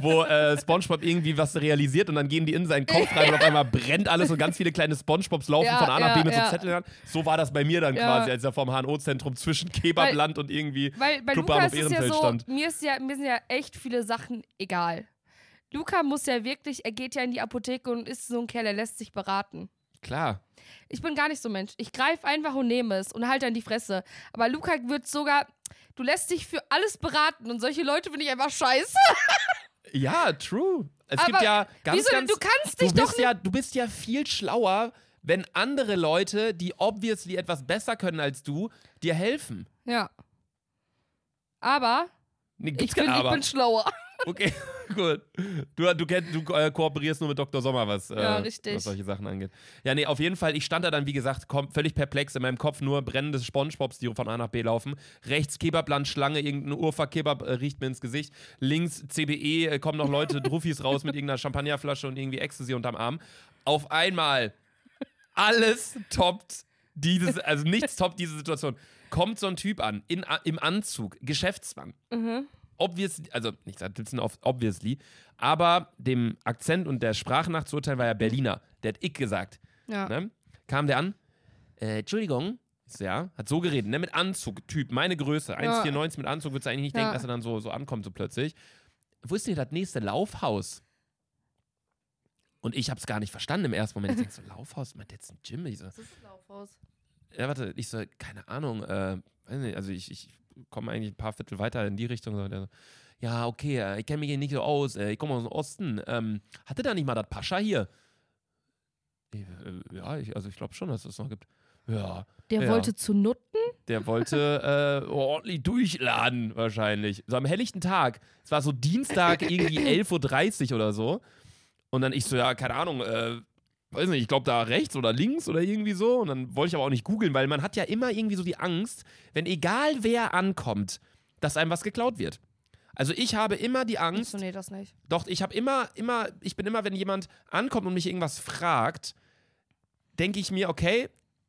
S1: wo äh, SpongeBob irgendwie was realisiert und dann gehen die in seinen Kopf rein und auf einmal brennt alles und ganz viele kleine SpongeBobs laufen
S2: Ja,
S1: von A nach B
S2: ja,
S1: mit so
S2: ja.
S1: Zetteln an. So war das bei mir dann
S2: Ja.
S1: quasi, als er vom HNO-Zentrum zwischen Kebabland und irgendwie
S2: Weil bei Luca
S1: Clubbahnhof
S2: ist es ja
S1: Ehrenfeld
S2: so,
S1: stand.
S2: mir, ist ja, mir sind ja echt viele Sachen egal. Luca muss ja wirklich, er geht ja in die Apotheke und ist so ein Kerl, er lässt sich beraten.
S1: Klar.
S2: Ich bin gar nicht so ein Mensch. Ich greife einfach und nehme es und halte an die Fresse. Aber Luca wird sogar. Du lässt dich für alles beraten und solche Leute finde ich einfach scheiße.
S1: Ja, true. Es
S2: Aber
S1: gibt ja ganz,
S2: Wieso denn?
S1: ganz
S2: Du kannst
S1: du
S2: dich doch
S1: bist ja, du bist ja viel schlauer, wenn andere Leute, die obviously etwas besser können als du, dir helfen.
S2: nicht. Ja. Aber
S1: Nee, Ne, gibt's
S2: ich
S1: kein
S2: bin, ich
S1: Aber.
S2: bin schlauer.
S1: Okay, gut. Du, du, kenn, du äh, kooperierst nur mit Dr. Sommer, was, äh,
S2: Ja, richtig.
S1: was solche Sachen angeht. Ja, nee, auf jeden Fall. Ich stand da dann, wie gesagt, kom- völlig perplex in meinem Kopf, nur brennende Spongebobs, die von A nach B laufen. Rechts Kebabland, Schlange, irgendein Urfa-Kebab äh, riecht mir ins Gesicht. Links CBE, äh, kommen noch Leute, Druffis raus mit irgendeiner Champagnerflasche und irgendwie Ecstasy unterm Arm. Auf einmal alles toppt dieses, also nichts toppt diese Situation. Kommt so ein Typ an, in, im Anzug, Geschäftsmann
S2: Mhm.
S1: obviously, also nicht sitzen auf obviously, aber dem Akzent und der Sprache nach zu urteilen, war ja Berliner. Der hat ich gesagt.
S2: Ja.
S1: Ne? Kam der an, äh, Entschuldigung, Ich so, ja, hat so geredet, ne? mit Anzug, Typ, meine Größe, 1,94 mit Anzug, würdest du eigentlich nicht
S2: Ja.
S1: denken, dass er dann so, so ankommt, so plötzlich. Wo ist denn das nächste Laufhaus? Und ich hab's gar nicht verstanden im ersten Moment. Ich denk so, Laufhaus, meint der jetzt ein Gym? Ich so,
S2: Das ist ein Laufhaus.
S1: ja, warte, ich so, keine Ahnung, äh, weiß nicht, also ich, ich komme eigentlich ein paar Viertel weiter in die Richtung. So, der so, ja, okay, äh, ich kenne mich hier nicht so aus, äh, ich komme aus dem Osten. Ähm, hatte da nicht mal das Pascha hier? Ich, äh, ja, ich, also ich glaube schon, dass es das noch gibt. Ja,
S2: Der
S1: Ja.
S2: wollte zu Nutten?
S1: der wollte äh, ordentlich durchladen wahrscheinlich. So am helllichten Tag. Es war so Dienstag irgendwie 11.30 Uhr oder so. Und dann ich so, ja, keine Ahnung, äh, weiß nicht, ich glaube da rechts oder links oder irgendwie so. Und dann wollte ich aber auch nicht googeln, weil man hat ja immer irgendwie so die Angst, wenn egal wer ankommt, dass einem was geklaut wird. Also ich habe immer die Angst,
S2: Achso, nee, das nicht.
S1: doch, ich habe immer, immer, ich bin immer, wenn jemand ankommt und mich irgendwas fragt, denke ich mir, okay,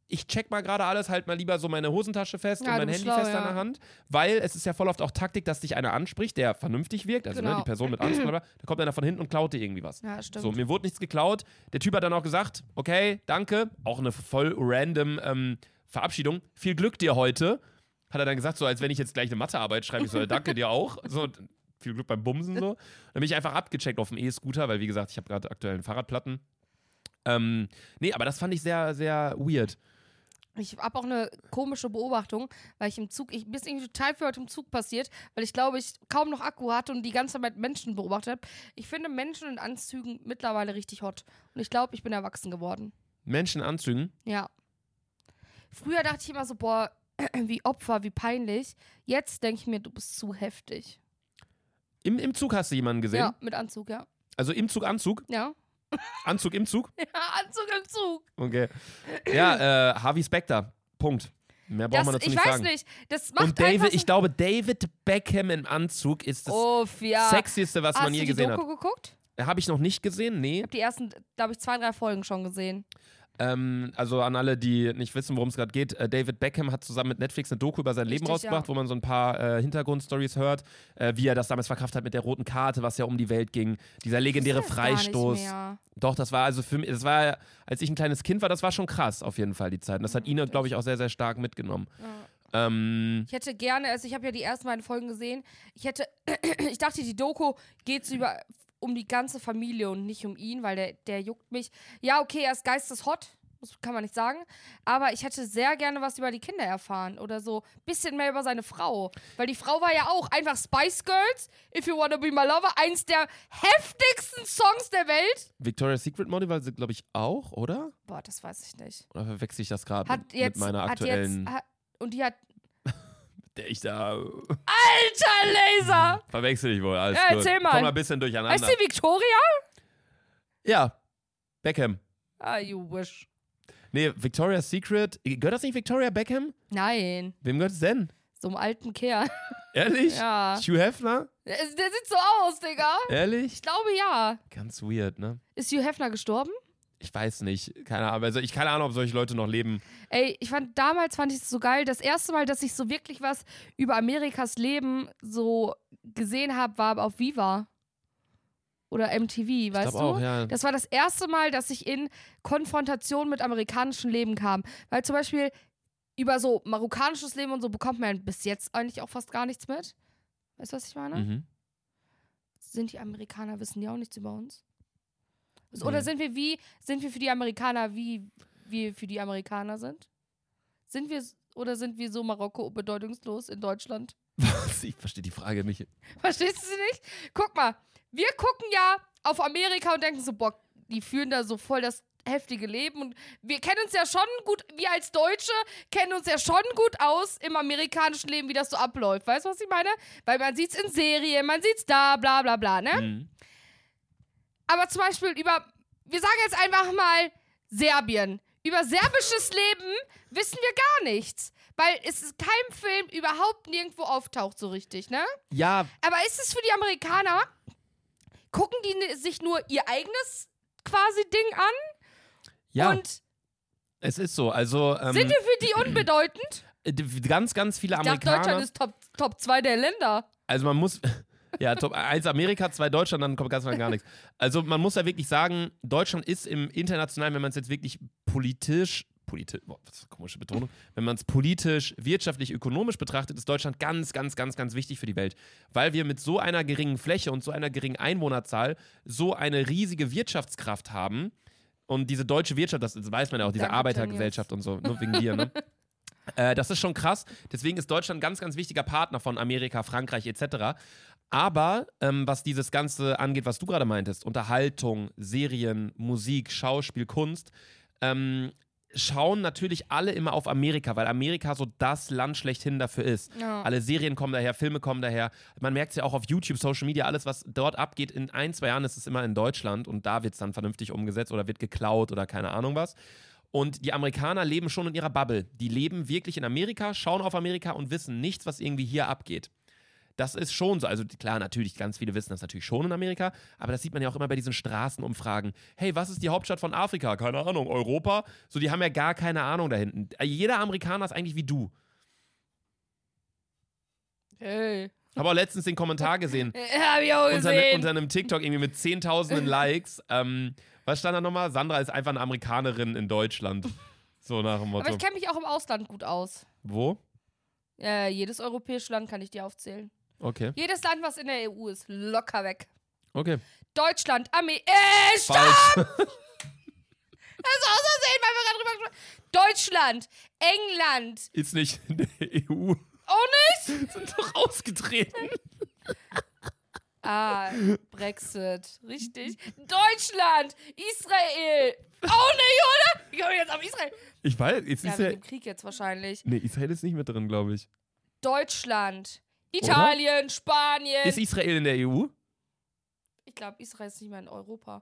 S1: ich check mal gerade alles, halt mal lieber so meine Hosentasche fest
S2: Ja,
S1: und
S2: du
S1: mein
S2: bist
S1: Handy
S2: schlau,
S1: fest an
S2: ja.
S1: der Hand, weil es ist ja voll oft auch Taktik, dass dich einer anspricht, der vernünftig wirkt, also ne,
S2: Genau.
S1: die Person mit Angst, blablabla, da kommt einer von hinten und klaut dir irgendwie was.
S2: Ja, stimmt.
S1: So, mir wurde nichts geklaut. Der Typ hat dann auch gesagt, okay, danke, auch eine voll random ähm, Verabschiedung. Viel Glück dir heute. Hat er dann gesagt, so als wenn ich jetzt gleich eine Mathearbeit schreibe, ich so, danke dir auch. So, viel Glück beim Bumsen so. Dann bin ich einfach abgecheckt auf dem E-Scooter, weil wie gesagt, ich habe gerade aktuell einen Fahrradplatten. Ähm, nee, aber das fand ich sehr, sehr weird.
S2: Ich habe auch eine komische Beobachtung, weil ich im Zug, ich, mir ist irgendwie total viel heute im Zug passiert, weil ich glaube, ich kaum noch Akku hatte und die ganze Zeit Menschen beobachtet habe. Ich finde Menschen in Anzügen mittlerweile richtig hot. Und ich glaube, ich bin erwachsen geworden.
S1: Menschen in Anzügen.
S2: Ja. Früher dachte ich immer so, boah, wie Opfer, wie peinlich. Jetzt denke ich mir, du bist zu heftig.
S1: Im, Im Zug hast du jemanden gesehen?
S2: Ja, mit Anzug, ja.
S1: Also im Zug Anzug?
S2: Ja.
S1: Anzug im Zug?
S2: ja Anzug im Zug.
S1: Okay. Ja, äh, Harvey Specter. Punkt. Mehr braucht
S2: Das,
S1: man dazu
S2: ich
S1: nicht
S2: weiß
S1: sagen.
S2: nicht. Das macht
S1: Und David,
S2: einfach
S1: ich glaube, David Beckham im Anzug ist das
S2: Oh, ja. Ah,
S1: Sexieste, was
S2: Hast
S1: man
S2: du
S1: je
S2: die
S1: gesehen
S2: Doku geguckt?
S1: hat. Habe ich noch nicht gesehen, nee.
S2: Ich habe die ersten, da habe ich zwei, drei Folgen schon gesehen.
S1: Ähm, also an alle, die nicht wissen, worum es gerade geht. Äh, David Beckham hat zusammen mit Netflix eine Doku über sein Leben
S2: Richtig,
S1: rausgebracht,
S2: ja.
S1: wo man so ein paar äh, Hintergrundstories hört, äh, wie er das damals verkraftet hat mit der roten Karte, was ja um die Welt ging. Dieser legendäre
S2: Das gar nicht
S1: Freistoß.
S2: mehr.
S1: Doch, das war also für mich, das war, als ich ein kleines Kind war, das war schon krass auf jeden Fall, die Zeit. Und das hat ihn,
S2: Hm,
S1: glaube ich, auch sehr, sehr stark mitgenommen. Ähm,
S2: Ich hätte gerne, also ich habe ja die ersten beiden Folgen gesehen. Ich hätte, ich dachte, die Doku geht über um die ganze Familie und nicht um ihn, weil der, der juckt mich. Ja, okay, er ist geisteshot, das kann man nicht sagen. Aber ich hätte sehr gerne was über die Kinder erfahren oder so. Bisschen mehr über seine Frau. Weil die Frau war ja auch einfach Spice Girls, If You Wanna Be My Lover, eins der heftigsten Songs der Welt.
S1: Victoria's Secret Model war sie, glaube ich, auch, oder?
S2: Boah, das weiß ich nicht.
S1: Oder verwechsel ich das gerade
S2: Hat
S1: mit, mit
S2: jetzt,
S1: meiner
S2: hat jetzt,
S1: aktuellen,
S2: hat, und die hat,
S1: der ich da
S2: alter Laser!
S1: verwechsel ich wohl, alles
S2: Ja,
S1: gut.
S2: erzähl mal.
S1: Komm mal ein bisschen durcheinander.
S2: Heißt die Victoria?
S1: Ja, Beckham.
S2: Ah, you wish.
S1: Nee, Victoria's Secret. Gehört das nicht Victoria Beckham?
S2: Nein,
S1: Wem gehört es denn?
S2: so einem alten Kerl.
S1: Ehrlich?
S2: Ja.
S1: Hugh Hefner?
S2: Der, ist- der sieht so aus, Digga.
S1: Ehrlich?
S2: Ich glaube ja.
S1: Ganz weird, ne?
S2: Ist Hugh Hefner gestorben?
S1: Ich weiß nicht. Keine Ahnung. Also ich keine Ahnung, ob solche Leute noch leben.
S2: Ey, ich fand damals fand ich es so geil. Das erste Mal, dass ich so wirklich was über Amerikas Leben so gesehen habe, war auf Viva oder MTV, weißt du?
S1: ich glaube auch, ja.
S2: Das war das erste Mal, dass ich in Konfrontation mit amerikanischem Leben kam. Weil zum Beispiel über so marokkanisches Leben und so bekommt man bis jetzt eigentlich auch fast gar nichts mit. Weißt du, was ich meine?
S1: Mhm.
S2: sind die Amerikaner, wissen die auch nichts über uns? So,
S1: Nee.
S2: Oder sind wir wie, sind wir für die Amerikaner, wie wir für die Amerikaner sind? Sind wir, s- oder sind wir so Marokko bedeutungslos in Deutschland?
S1: Was? Ich verstehe die Frage nicht.
S2: Verstehst du sie nicht? Guck mal, wir gucken ja auf Amerika und denken so, boah, die führen da so voll das heftige Leben und wir kennen uns ja schon gut, wir als Deutsche kennen uns ja schon gut aus im amerikanischen Leben, wie das so abläuft. Weißt du, was ich meine? Weil man sieht's in Serien, man sieht's da, bla bla bla, ne?
S1: Mhm.
S2: Aber zum Beispiel über, wir sagen jetzt einfach mal Serbien. Über serbisches Leben wissen wir gar nichts. Weil es in keinem Film überhaupt nirgendwo auftaucht so richtig, ne?
S1: Ja,
S2: Aber ist es für die Amerikaner? Gucken die ne- sich nur ihr eigenes quasi Ding an?
S1: ja.
S2: Und
S1: es ist so. Also ähm,
S2: sind wir für die unbedeutend?
S1: d- ganz, ganz viele
S2: Ich dachte, Deutschland
S1: Amerikaner.
S2: ist Top, Top 2 der Länder.
S1: Also man muss. Ja, Top 1 Amerika, 2 Deutschland, dann kommt ganz mal gar nichts. Also man muss ja wirklich sagen, Deutschland ist im internationalen, wenn man es jetzt wirklich politisch, politi boah, was für eine komische Betonung, wenn man es politisch, wirtschaftlich, ökonomisch betrachtet, ist Deutschland ganz, ganz, ganz, ganz wichtig für die Welt. Weil wir mit so einer geringen Fläche und so einer geringen Einwohnerzahl so eine riesige Wirtschaftskraft haben. Und diese deutsche Wirtschaft, das, das weiß man ja auch, diese
S2: Danke,
S1: Arbeitergesellschaft und so, nur wegen dir, ne? Äh, das ist schon krass. Deswegen ist Deutschland ein ganz, ganz wichtiger Partner von Amerika, Frankreich etc. Aber ähm, was dieses Ganze angeht, was du gerade meintest, Unterhaltung, Serien, Musik, Schauspiel, Kunst, ähm, schauen natürlich alle immer auf Amerika, weil Amerika so das Land schlechthin dafür ist.
S2: Ja.
S1: Alle Serien kommen daher, Filme kommen daher. Man merkt es ja auch auf YouTube, Social Media, alles, was dort abgeht, in ein, zwei Jahren ist es immer in Deutschland und da wird es dann vernünftig umgesetzt oder wird geklaut oder keine Ahnung was. Und die Amerikaner leben schon in ihrer Bubble. Die leben wirklich in Amerika, schauen auf Amerika und wissen nichts, was irgendwie hier abgeht. Das ist schon so. Also klar, natürlich, ganz viele wissen das natürlich schon in Amerika, aber das sieht man ja auch immer bei diesen Straßenumfragen. Hey, was ist die Hauptstadt von Afrika? Keine Ahnung, Europa? So, die haben ja gar keine Ahnung da hinten. Äh, Jeder Amerikaner ist eigentlich wie du.
S2: Hey.
S1: Habe auch letztens den Kommentar gesehen.
S2: Äh, Hab ich auch
S1: unter, ne,
S2: gesehen.
S1: unter einem TikTok irgendwie mit zehntausenden Likes. Ähm, was stand da nochmal? Sandra ist einfach eine Amerikanerin in Deutschland. So nach dem
S2: Aber
S1: Motto.
S2: ich kenne mich auch im Ausland gut aus.
S1: Wo?
S2: Äh, jedes europäische Land kann ich dir aufzählen.
S1: Okay.
S2: Jedes Land, was in der EU ist, locker weg.
S1: Okay.
S2: Deutschland, Armee. Äh, stopp!
S1: Falsch.
S2: Das ist außersehen, weil wir gerade drüber gesprochen haben. Deutschland, England.
S1: Ist nicht in der EU.
S2: Oh nicht?
S1: Sind doch ausgetreten.
S2: Ah, Brexit. Richtig. Deutschland, Israel. Oh nicht, oder? Ich komme jetzt auf Israel.
S1: Ich weiß, jetzt
S2: Ja,
S1: ist
S2: wegen
S1: ja.
S2: dem Krieg jetzt wahrscheinlich.
S1: Nee, Israel ist nicht mit drin, glaube ich.
S2: Deutschland, Italien, Spanien.
S1: Ist Israel in der E EU?
S2: ich glaube, Israel ist nicht mehr in Europa.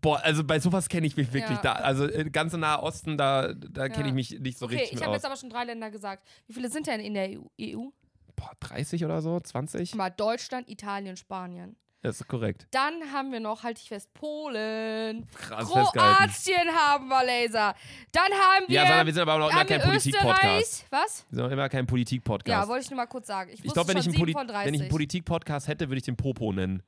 S1: Boah, also bei sowas kenne ich mich wirklich
S2: Ja.
S1: da. Also äh, ganz im Nahen Osten, da, da kenne
S2: Ja.
S1: ich mich nicht so
S2: Okay,
S1: richtig
S2: ich
S1: mit
S2: habe
S1: aus.
S2: jetzt aber schon drei Länder gesagt. Wie viele sind denn in der E EU? EU?
S1: Boah, 30 oder so? 20?
S2: Mal Deutschland, Italien, Spanien.
S1: Das ist korrekt.
S2: Dann haben wir noch, halte ich fest, Polen.
S1: Krass festgehalten.
S2: Kroatien haben wir Laser. Dann haben wir,
S1: Ja, Sandra, wir sind aber auch immer
S2: haben wir
S1: kein Politik-Podcast.
S2: Österreich. Was?
S1: Wir sind auch immer kein
S2: Ja,
S1: Politik-Podcast.
S2: wollte ich nur mal kurz sagen. Ich,
S1: ich
S2: wusste
S1: glaube, wenn, ich
S2: schon
S1: einen
S2: 7
S1: Poli-
S2: von 30.
S1: wenn ich einen Politik-Podcast hätte, würde ich den Popo nennen.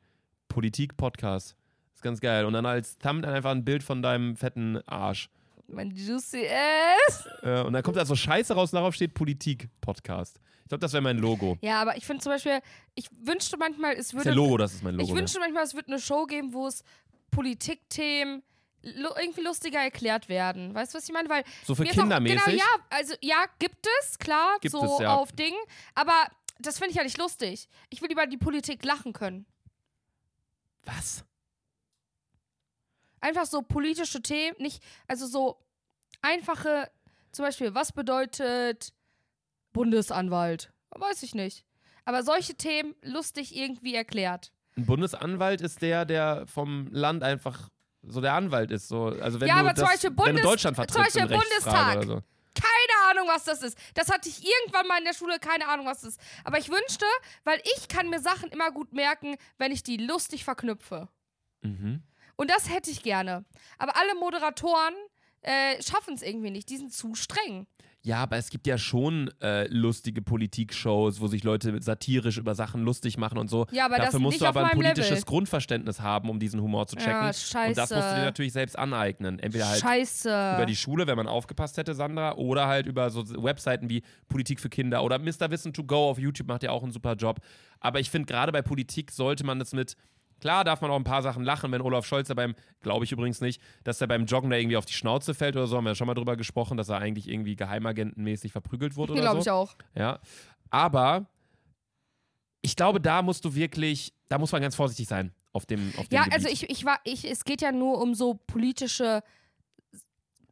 S1: Politik-Podcast. Ist ganz geil. Und dann als Thumbnail einfach ein Bild von deinem fetten Arsch.
S2: mein Juicy Ass.
S1: Äh, und dann kommt da so Scheiße raus und darauf steht Politik-Podcast. Ich glaube, das wäre mein Logo.
S2: Ja, aber ich finde zum Beispiel, ich wünschte manchmal, es
S1: Ist
S2: würde
S1: ja Logo, das ist mein Logo.
S2: Ich
S1: ne?
S2: wünsche manchmal, es wird eine Show geben, wo es Politikthemen lu- irgendwie lustiger erklärt werden. Weißt du, was ich meine? Weil
S1: so für
S2: mir ist auch-
S1: kindermäßig.
S2: Genau, ja, also ja, gibt es, klar,
S1: Gibt
S2: so
S1: es, ja.
S2: auf Dingen. Aber das finde ich ja nicht lustig. Ich will über die Politik lachen können.
S1: Was?
S2: Einfach so politische Themen, nicht, also so einfache, zum Beispiel, was bedeutet Bundesanwalt? Weiß ich nicht. Aber solche Themen lustig irgendwie erklärt.
S1: Ein Bundesanwalt ist der, der vom Land einfach so der Anwalt ist. So. Also wenn
S2: Ja,
S1: du
S2: aber
S1: das,
S2: zum Beispiel
S1: wenn du
S2: Bundes-
S1: Deutschland
S2: zum
S1: vertrittst in
S2: Beispiel
S1: Rechtsfragen
S2: Bundestag.
S1: Oder so.
S2: keine Ahnung, was das ist. Das hatte ich irgendwann mal in der Schule, keine Ahnung, was das ist. Aber ich wünschte, weil ich kann mir Sachen immer gut merken, wenn ich die lustig verknüpfe.
S1: Mhm.
S2: Und das hätte ich gerne. Aber alle Moderatoren äh, schaffen es irgendwie nicht. Die sind zu streng.
S1: Ja, aber es gibt ja schon äh, lustige Politikshows, wo sich Leute satirisch über Sachen lustig machen und so.
S2: Ja, aber das
S1: Dafür
S2: ist
S1: musst
S2: nicht
S1: du
S2: auf
S1: aber ein
S2: meinem
S1: politisches
S2: Level.
S1: Grundverständnis haben, um diesen Humor zu checken.
S2: Ja,
S1: Und das
S2: scheiße.
S1: musst du dir natürlich selbst aneignen. Entweder halt
S2: Scheiße.
S1: über die Schule, wenn man aufgepasst hätte, Sandra, oder halt über so Webseiten wie Politik für Kinder oder Mr. Wissen to go auf YouTube macht ja auch einen super Job. Aber ich finde, gerade bei Politik sollte man das mit. Klar darf man auch ein paar Sachen lachen, wenn Olaf Scholz da beim, glaube ich übrigens nicht, dass er beim Joggen da irgendwie auf die Schnauze fällt oder so, haben wir ja schon mal drüber gesprochen, dass er eigentlich irgendwie geheimagentenmäßig verprügelt wurde oder
S2: Glaube
S1: so.
S2: ich auch.
S1: Ja. Aber ich glaube, da musst du wirklich, da muss man ganz vorsichtig sein auf dem, auf dem
S2: Ja,
S1: Gebiet.
S2: also ich, ich war, ich, es geht ja nur um so politische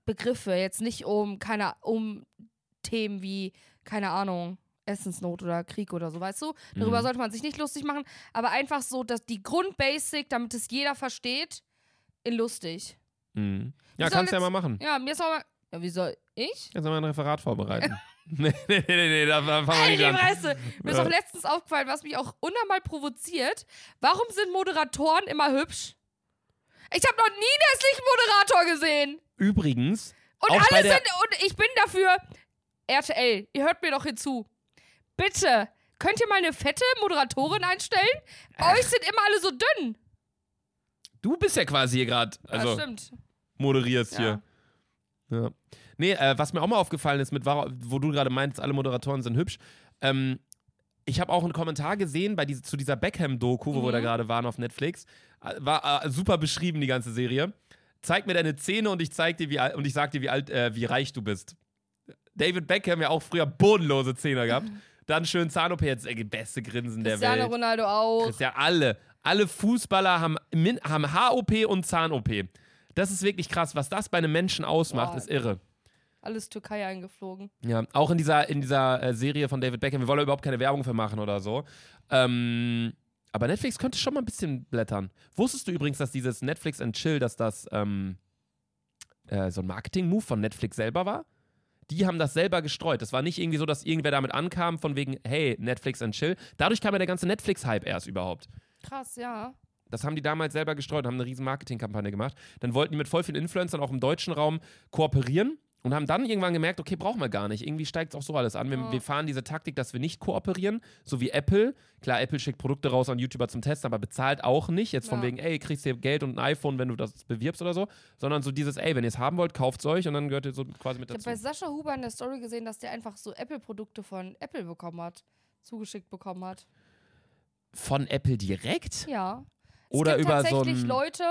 S2: Begriffe, jetzt nicht um, keine, um Themen wie, keine Ahnung, Essensnot oder Krieg oder so, weißt du? Darüber
S1: Mhm.
S2: sollte man sich nicht lustig machen, aber einfach so, dass die Grundbasic, damit es jeder versteht, in lustig.
S1: Mhm. Ja,
S2: Wieso
S1: kannst du ja
S2: jetzt-
S1: mal machen.
S2: Ja, mir ist auch mal. Ja, wie soll ich?
S1: Kannst du mal ein Referat vorbereiten. nee, nee, nee, nee, da da fangen wir
S2: Alter,
S1: nicht
S2: die
S1: an.
S2: Fresse! Mir ist
S1: Ja.
S2: auch letztens aufgefallen, was mich auch unnormal provoziert. Warum sind Moderatoren immer hübsch? Ich habe noch nie einen hässlichen Moderator gesehen.
S1: Übrigens,
S2: Und
S1: Auch bei
S2: alle
S1: der-
S2: sind, und ich bin dafür, RTL, ihr hört mir doch hinzu. Bitte, könnt ihr mal eine fette Moderatorin einstellen? Bei
S1: Äh.
S2: euch sind immer alle so dünn.
S1: du bist ja quasi hier gerade, also
S2: das stimmt.
S1: moderierst
S2: Ja.
S1: hier. Ja. Nee, äh, was mir auch mal aufgefallen ist, mit, Varo- wo du gerade meinst, alle Moderatoren sind hübsch. Ähm, ich habe auch einen Kommentar gesehen bei diese, zu dieser Beckham-Doku, wo wir
S2: Mhm.
S1: da gerade waren auf Netflix. Äh, War äh, super beschrieben, die ganze Serie. Zeig mir deine Zähne und ich zeig dir, wie al- und ich sag dir, wie alt, äh, wie reich du bist. David Beckham ja auch früher bodenlose Zähne gehabt. Dann schön Zahn-OP, jetzt äh, beste Grinsen der
S2: Cristiano
S1: Welt.
S2: Ronaldo auch.
S1: Das ist ja alle. Alle Fußballer haben, Min- haben Haar-OP und Zahn-OP. Das ist wirklich krass. Was das bei einem Menschen ausmacht,
S2: Boah.
S1: ist irre.
S2: Alles Türkei eingeflogen.
S1: Ja, auch in dieser, in dieser äh, Serie von David Beckham. Wir wollen da überhaupt keine Werbung für machen oder so. Ähm, aber Netflix könnte schon mal ein bisschen blättern. Wusstest du übrigens, dass dieses Netflix and Chill, dass das ähm, äh, so ein Marketing-Move von Netflix selber war? Die haben das selber gestreut. Das war nicht irgendwie so, dass irgendwer damit ankam, von wegen, hey, Netflix and Chill. Dadurch kam ja der ganze Netflix-Hype erst überhaupt.
S2: Krass, ja.
S1: Das haben die damals selber gestreut, und haben eine riesen Marketingkampagne gemacht. Dann wollten die mit voll vielen Influencern auch im deutschen Raum kooperieren und haben dann irgendwann gemerkt, okay, brauchen wir gar nicht. Irgendwie steigt es auch so alles an. Wir,
S2: Ja.
S1: wir fahren diese Taktik, dass wir nicht kooperieren, so wie Apple. Klar, Apple schickt Produkte raus an YouTuber zum Testen, aber bezahlt auch nicht. Jetzt von
S2: Ja.
S1: wegen, ey, kriegst hier Geld und ein iPhone, wenn du das bewirbst oder so. Sondern so dieses, ey, wenn ihr es haben wollt, kauft es euch und dann gehört ihr so quasi mit
S2: Ich habe
S1: dazu.
S2: bei Sascha Huber in der Story gesehen, dass der einfach so Apple-Produkte von Apple bekommen hat. Zugeschickt bekommen hat.
S1: Von Apple direkt?
S2: Ja.
S1: Oder
S2: es gibt
S1: über so
S2: tatsächlich
S1: ein-
S2: Leute,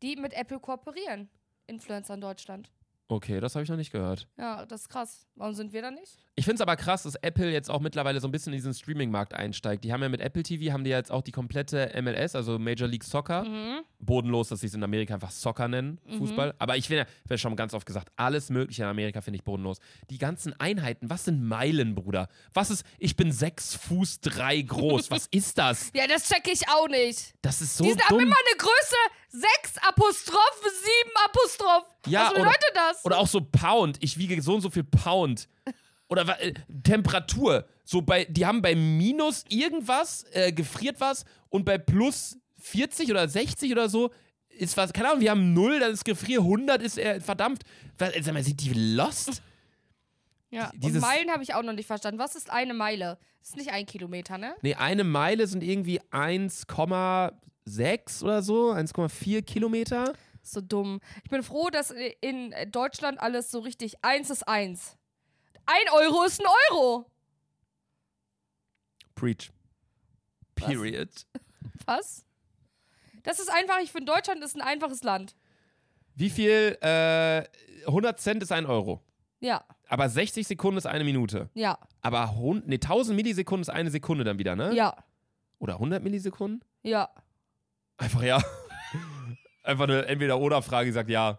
S2: die mit Apple kooperieren. Influencer in Deutschland.
S1: Okay, das habe ich noch nicht gehört.
S2: Ja, das ist krass. Warum sind wir da nicht?
S1: Ich finde es aber krass, dass Apple jetzt auch mittlerweile so ein bisschen in diesen Streaming-Markt einsteigt. Die haben ja mit Apple TV, haben die jetzt auch die komplette MLS, also Major League Soccer.
S2: Mhm.
S1: Bodenlos, dass sie es in Amerika einfach Soccer nennen, Fußball. Aber ich finde, ja, ich habe schon ganz oft gesagt, alles Mögliche in Amerika finde ich bodenlos. Die ganzen Einheiten, was sind Meilen, Bruder? Was ist, ich bin sechs Fuß drei groß, was ist das?
S2: Ja, das checke ich auch nicht.
S1: Das ist so
S2: Die haben
S1: dumm.
S2: immer eine Größe 6 Apostroph 7 Apostroph.
S1: Ja,
S2: Was
S1: oder-
S2: bedeutet das?
S1: Oder auch so Pound. Ich wiege so und so viel Pound. Oder wa- äh, Temperatur. So bei, die haben bei minus irgendwas, äh, gefriert was und bei plus 40 oder 60 oder so ist was, keine Ahnung, wir haben 0, dann ist Gefrier, 100 ist äh, verdampft. Was, sag mal, sind die lost?
S2: ja. Und
S1: dieses-
S2: Meilen habe ich auch noch nicht verstanden. Was ist eine Meile? Das ist nicht ein Kilometer, ne?
S1: Nee, eine Meile sind irgendwie 1,6 oder so, 1,4 Kilometer.
S2: So dumm. Ich bin froh, dass in Deutschland alles so richtig eins ist eins. Ein Euro ist ein Euro.
S1: Preach. Period.
S2: Was? Das ist einfach, ich finde, Deutschland ist ein einfaches Land.
S1: Wie viel, äh, 100 Cent ist ein Euro.
S2: Ja,
S1: Aber 60 Sekunden ist eine Minute.
S2: ja,
S1: Aber hun- nee, 1000 Millisekunden ist eine Sekunde dann wieder, ne?
S2: ja,
S1: Oder 100 Millisekunden?
S2: ja.
S1: Einfach ja. Einfach eine Entweder-Oder-Frage, die sagt ja.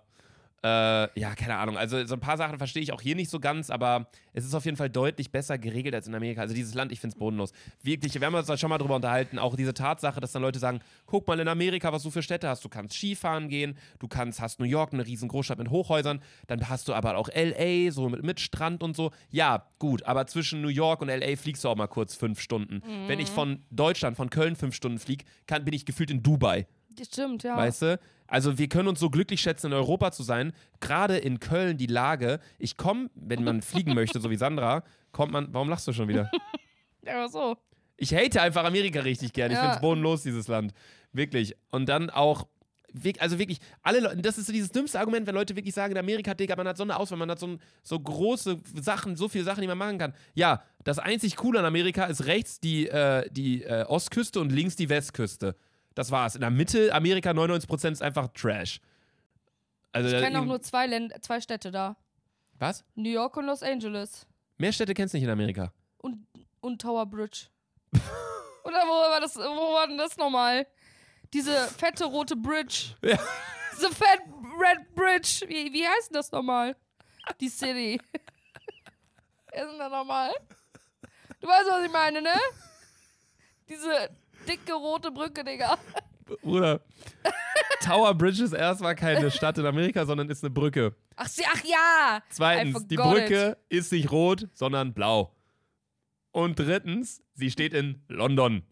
S1: Äh, ja, keine Ahnung. Also so ein paar Sachen verstehe ich auch hier nicht so ganz, aber es ist auf jeden Fall deutlich besser geregelt als in Amerika. Also dieses Land, ich finde es bodenlos. Wirklich, wir haben uns da schon mal drüber unterhalten, auch diese Tatsache, dass dann Leute sagen, guck mal in Amerika, was du für Städte hast. Du kannst Skifahren gehen, du kannst, hast New York, eine riesen Großstadt mit Hochhäusern, dann hast du aber auch L.A., so mit, mit Strand und so. Ja, gut, aber zwischen New York und L.A. fliegst du auch mal kurz fünf Stunden. Wenn ich von Deutschland, von Köln fünf Stunden fliege, kann- bin ich gefühlt in Dubai.
S2: Das Stimmt, ja.
S1: Weißt du? Also wir können uns so glücklich schätzen, in Europa zu sein. Gerade in Köln die Lage. Ich komme, wenn man fliegen möchte, so wie Sandra, kommt man. Warum lachst du schon wieder?
S2: ja, so.
S1: Ich hate einfach Amerika richtig gern. Ich
S2: Ja.
S1: finde es bodenlos, dieses Land. Wirklich. Und dann auch. wirk- Also wirklich, alle Leute, das ist so dieses dümmste Argument, wenn Leute wirklich sagen, in Amerika, Digga, man hat so eine Auswahl, man hat so, ein- so große Sachen, so viele Sachen, die man machen kann. Ja, das einzig Coole an Amerika ist rechts die, äh, die äh, Ostküste und links die Westküste. Das war's. In der Mitte Amerika 99% ist einfach Trash. Also,
S2: Ich
S1: da-
S2: kenne auch nur zwei, Länd zwei Städte da.
S1: was?
S2: New York und Los Angeles.
S1: Mehr Städte kennst du nicht in Amerika.
S2: Und, und Tower Bridge. Oder wo war das, wo war denn das nochmal? Diese fette rote Bridge.
S1: Ja.
S2: The Fat Red Bridge. Wie, wie heißt denn das nochmal? Die City. Wer ist denn da nochmal? Du weißt, was ich meine, ne? Diese dicke rote Brücke, Digga.
S1: Bruder. Tower Bridge ist erstmal keine Stadt in Amerika, sondern ist eine Brücke.
S2: Ach, sie, ach ja. I
S1: Zweitens, die
S2: forgot
S1: Brücke ist nicht rot, sondern blau. Und drittens, sie steht in London.